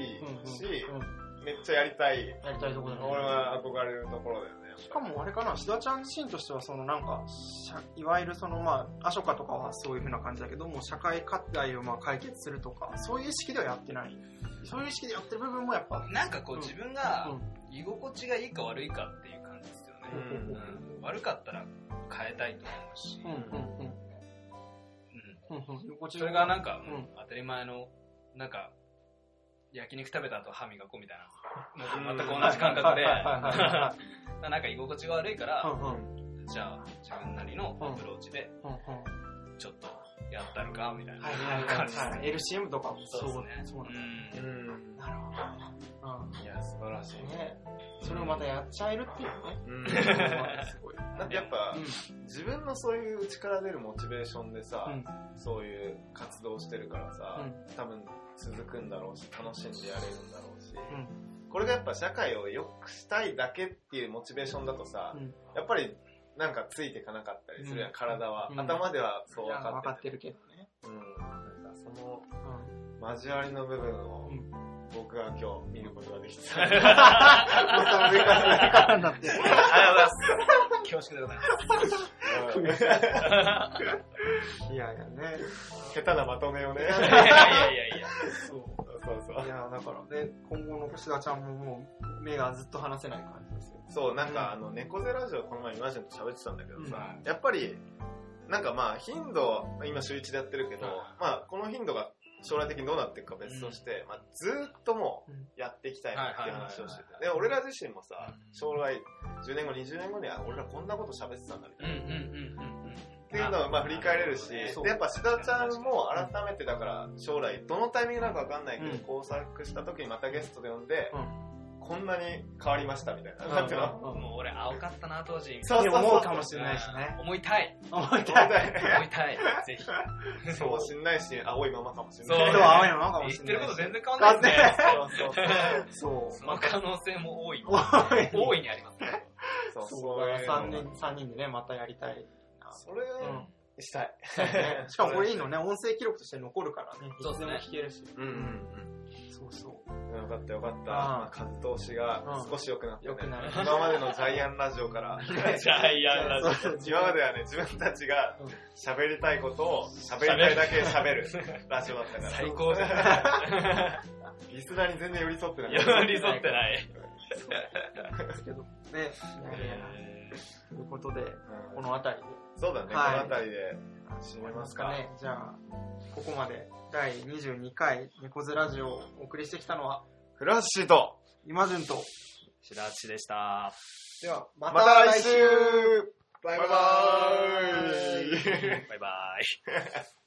Speaker 2: し、
Speaker 3: うん、
Speaker 2: めっちゃやりたい。
Speaker 3: やりたいとこだね。
Speaker 2: 俺は憧れるところだよね。し
Speaker 3: しかもあれかな、シダちゃん自身としては、そのなんか、社いわゆるそのまあ、アショカとかはそういうふうな感じだけども、社会課題をまあ解決するとか、そういう意識ではやってない。そういう意識でやってる部分もやっぱ、
Speaker 4: なんかこう
Speaker 3: うん
Speaker 4: 自分
Speaker 3: う
Speaker 4: が
Speaker 3: ん
Speaker 4: 居心地がいいか悪いかっていう感じですよ
Speaker 2: う
Speaker 4: ね。
Speaker 2: ん
Speaker 4: うん悪かったら変えたいと思うし、
Speaker 3: うんうんうんうんう
Speaker 4: う
Speaker 3: ん
Speaker 4: んそれがなん
Speaker 3: か、
Speaker 4: か、
Speaker 3: うん
Speaker 4: うん当たり前の、なんか、焼肉食べた後歯磨こうみたい な、のと全く同じ感覚
Speaker 3: はいは
Speaker 4: で、
Speaker 3: いはいはいは
Speaker 4: なんか居心地が悪いか
Speaker 3: う
Speaker 4: ら、
Speaker 3: んうん
Speaker 4: じゃあ自分なりのアプローチで
Speaker 3: うんうん
Speaker 4: ちょっとやったるかみたいな
Speaker 3: はいはい
Speaker 4: 感じです
Speaker 3: はいはい。LCM とかも
Speaker 4: そうですね。
Speaker 3: そうなんだ。
Speaker 2: う
Speaker 4: うん
Speaker 2: ん
Speaker 3: なるほど。
Speaker 2: いや素晴らしい
Speaker 3: うん。ねそれをまたやっちゃえるっていうね。
Speaker 2: うん
Speaker 3: すごい。
Speaker 2: なんかやっぱ
Speaker 3: うん
Speaker 2: 自分のそういう内から出るモチベーションでさ、
Speaker 3: うん
Speaker 2: そういう活動してるからさ、多分続くんだろうし楽しんでやれるんだろうし、これがやっぱ社会を良くしたいだけっていうモチベーションだとさ、
Speaker 3: うん
Speaker 2: やっぱりなんかついていかなかったりするやん、
Speaker 3: うん
Speaker 2: 体は、
Speaker 3: うん
Speaker 2: 頭ではそう
Speaker 3: い
Speaker 2: 分
Speaker 3: や
Speaker 2: か
Speaker 3: 分か
Speaker 2: っ
Speaker 3: って
Speaker 2: て
Speaker 3: る
Speaker 2: て
Speaker 3: けどね。
Speaker 2: うんなんかその
Speaker 3: うん
Speaker 2: 交わりの部分を、
Speaker 3: うん
Speaker 2: 僕は今日見ることができ た。また上から
Speaker 3: からになって。
Speaker 4: 恐縮でございま
Speaker 2: うん
Speaker 3: いやいやね。
Speaker 2: 下手なまとめ をね。
Speaker 4: す。いやいやいやいや。
Speaker 3: そう。
Speaker 2: そうそう
Speaker 3: い。やだからね、今後の星田ちゃんももう目がずっと離せない感じですよ。
Speaker 2: そう、なんか、
Speaker 3: う
Speaker 2: あの、猫背ラジオこの前イマジンと喋ってたんだけどさ、
Speaker 4: う
Speaker 2: やっぱり、なんかまあ、頻度、今週1でやってるけど、
Speaker 4: はい
Speaker 2: まあ、この頻度が将来的にどうなっていくか別として、まあ、ずーっともう、やっていきたいなっていう話をして
Speaker 4: はい
Speaker 2: て。で、俺ら自身もさ
Speaker 4: う、ん
Speaker 2: 将来、10年後、20年後には、俺らこんなこと喋ってたんだみた
Speaker 4: うん
Speaker 2: い
Speaker 4: うん
Speaker 2: な。
Speaker 4: うんうんうん。っ
Speaker 2: っていうのをまあ振り返れるし、
Speaker 3: そう
Speaker 2: でやっぱ志田ちゃんも改めてだから将来どのタイミングなのかわかんないけど、
Speaker 3: うん
Speaker 2: 工作した時にまたゲストで呼んで、
Speaker 3: う
Speaker 2: こんなに変わりましたみたいな。
Speaker 3: うん
Speaker 2: なんていうの
Speaker 4: もう俺青かったな当時。
Speaker 2: そうそうそう
Speaker 3: 思うかもしれないしね。
Speaker 4: 思いたい。
Speaker 3: 思いたい。
Speaker 2: そ
Speaker 4: 思い たい。ぜひ。
Speaker 2: うそうしんないし、青いままかもしれ
Speaker 4: そ
Speaker 2: な
Speaker 4: う
Speaker 2: い。
Speaker 3: 人は青いのか
Speaker 4: 言
Speaker 3: もしれな
Speaker 4: っ
Speaker 3: いし。
Speaker 4: てること全然変わん
Speaker 3: 変
Speaker 4: な
Speaker 3: わ
Speaker 4: い
Speaker 3: ん
Speaker 4: で
Speaker 3: ない
Speaker 4: すね。
Speaker 2: そうそう
Speaker 3: そう。
Speaker 4: その可能性も多い。
Speaker 3: 多い。
Speaker 4: 大いにありますね。
Speaker 2: そう。
Speaker 3: そう
Speaker 2: そういうの
Speaker 3: 3人、三人でね、またやりたい。
Speaker 2: それ、したい。
Speaker 3: ねしかもこれいいのね、音声記録として残るからね。
Speaker 4: そうで
Speaker 3: いつで
Speaker 4: すね
Speaker 3: も聞けるし。
Speaker 2: うんうん
Speaker 3: そうそ
Speaker 2: うん。よかったよかった。
Speaker 3: あ
Speaker 2: まあ、風通しが少し良くなって、
Speaker 3: う。よくなる。
Speaker 2: 今までのジャイアンラジオから、
Speaker 4: ジャイアンラジ
Speaker 3: そうそう
Speaker 2: 今まではね、自分たちが
Speaker 3: うん
Speaker 2: 喋りたいことを喋りたいだけ喋るラジオだったか
Speaker 4: オ。
Speaker 2: ら。
Speaker 4: 最高じゃな。
Speaker 2: リスナーに全然寄り添ってないい。
Speaker 4: 寄り添ってない。
Speaker 3: ですけど。ね。いやいやということで、
Speaker 2: うん
Speaker 3: この辺りで。
Speaker 2: そうだね、
Speaker 3: はい
Speaker 2: この辺りで締めますか。
Speaker 3: ね。じゃあ、ここまで第22回猫背ラジオをお送りしてきたのは、
Speaker 2: フラッシュと、
Speaker 3: 今順と。
Speaker 4: 白地でした。
Speaker 3: では、ま
Speaker 2: ま
Speaker 3: た
Speaker 2: た
Speaker 3: 来
Speaker 2: 来
Speaker 3: 週
Speaker 2: 週バイバーイ
Speaker 4: 拜拜。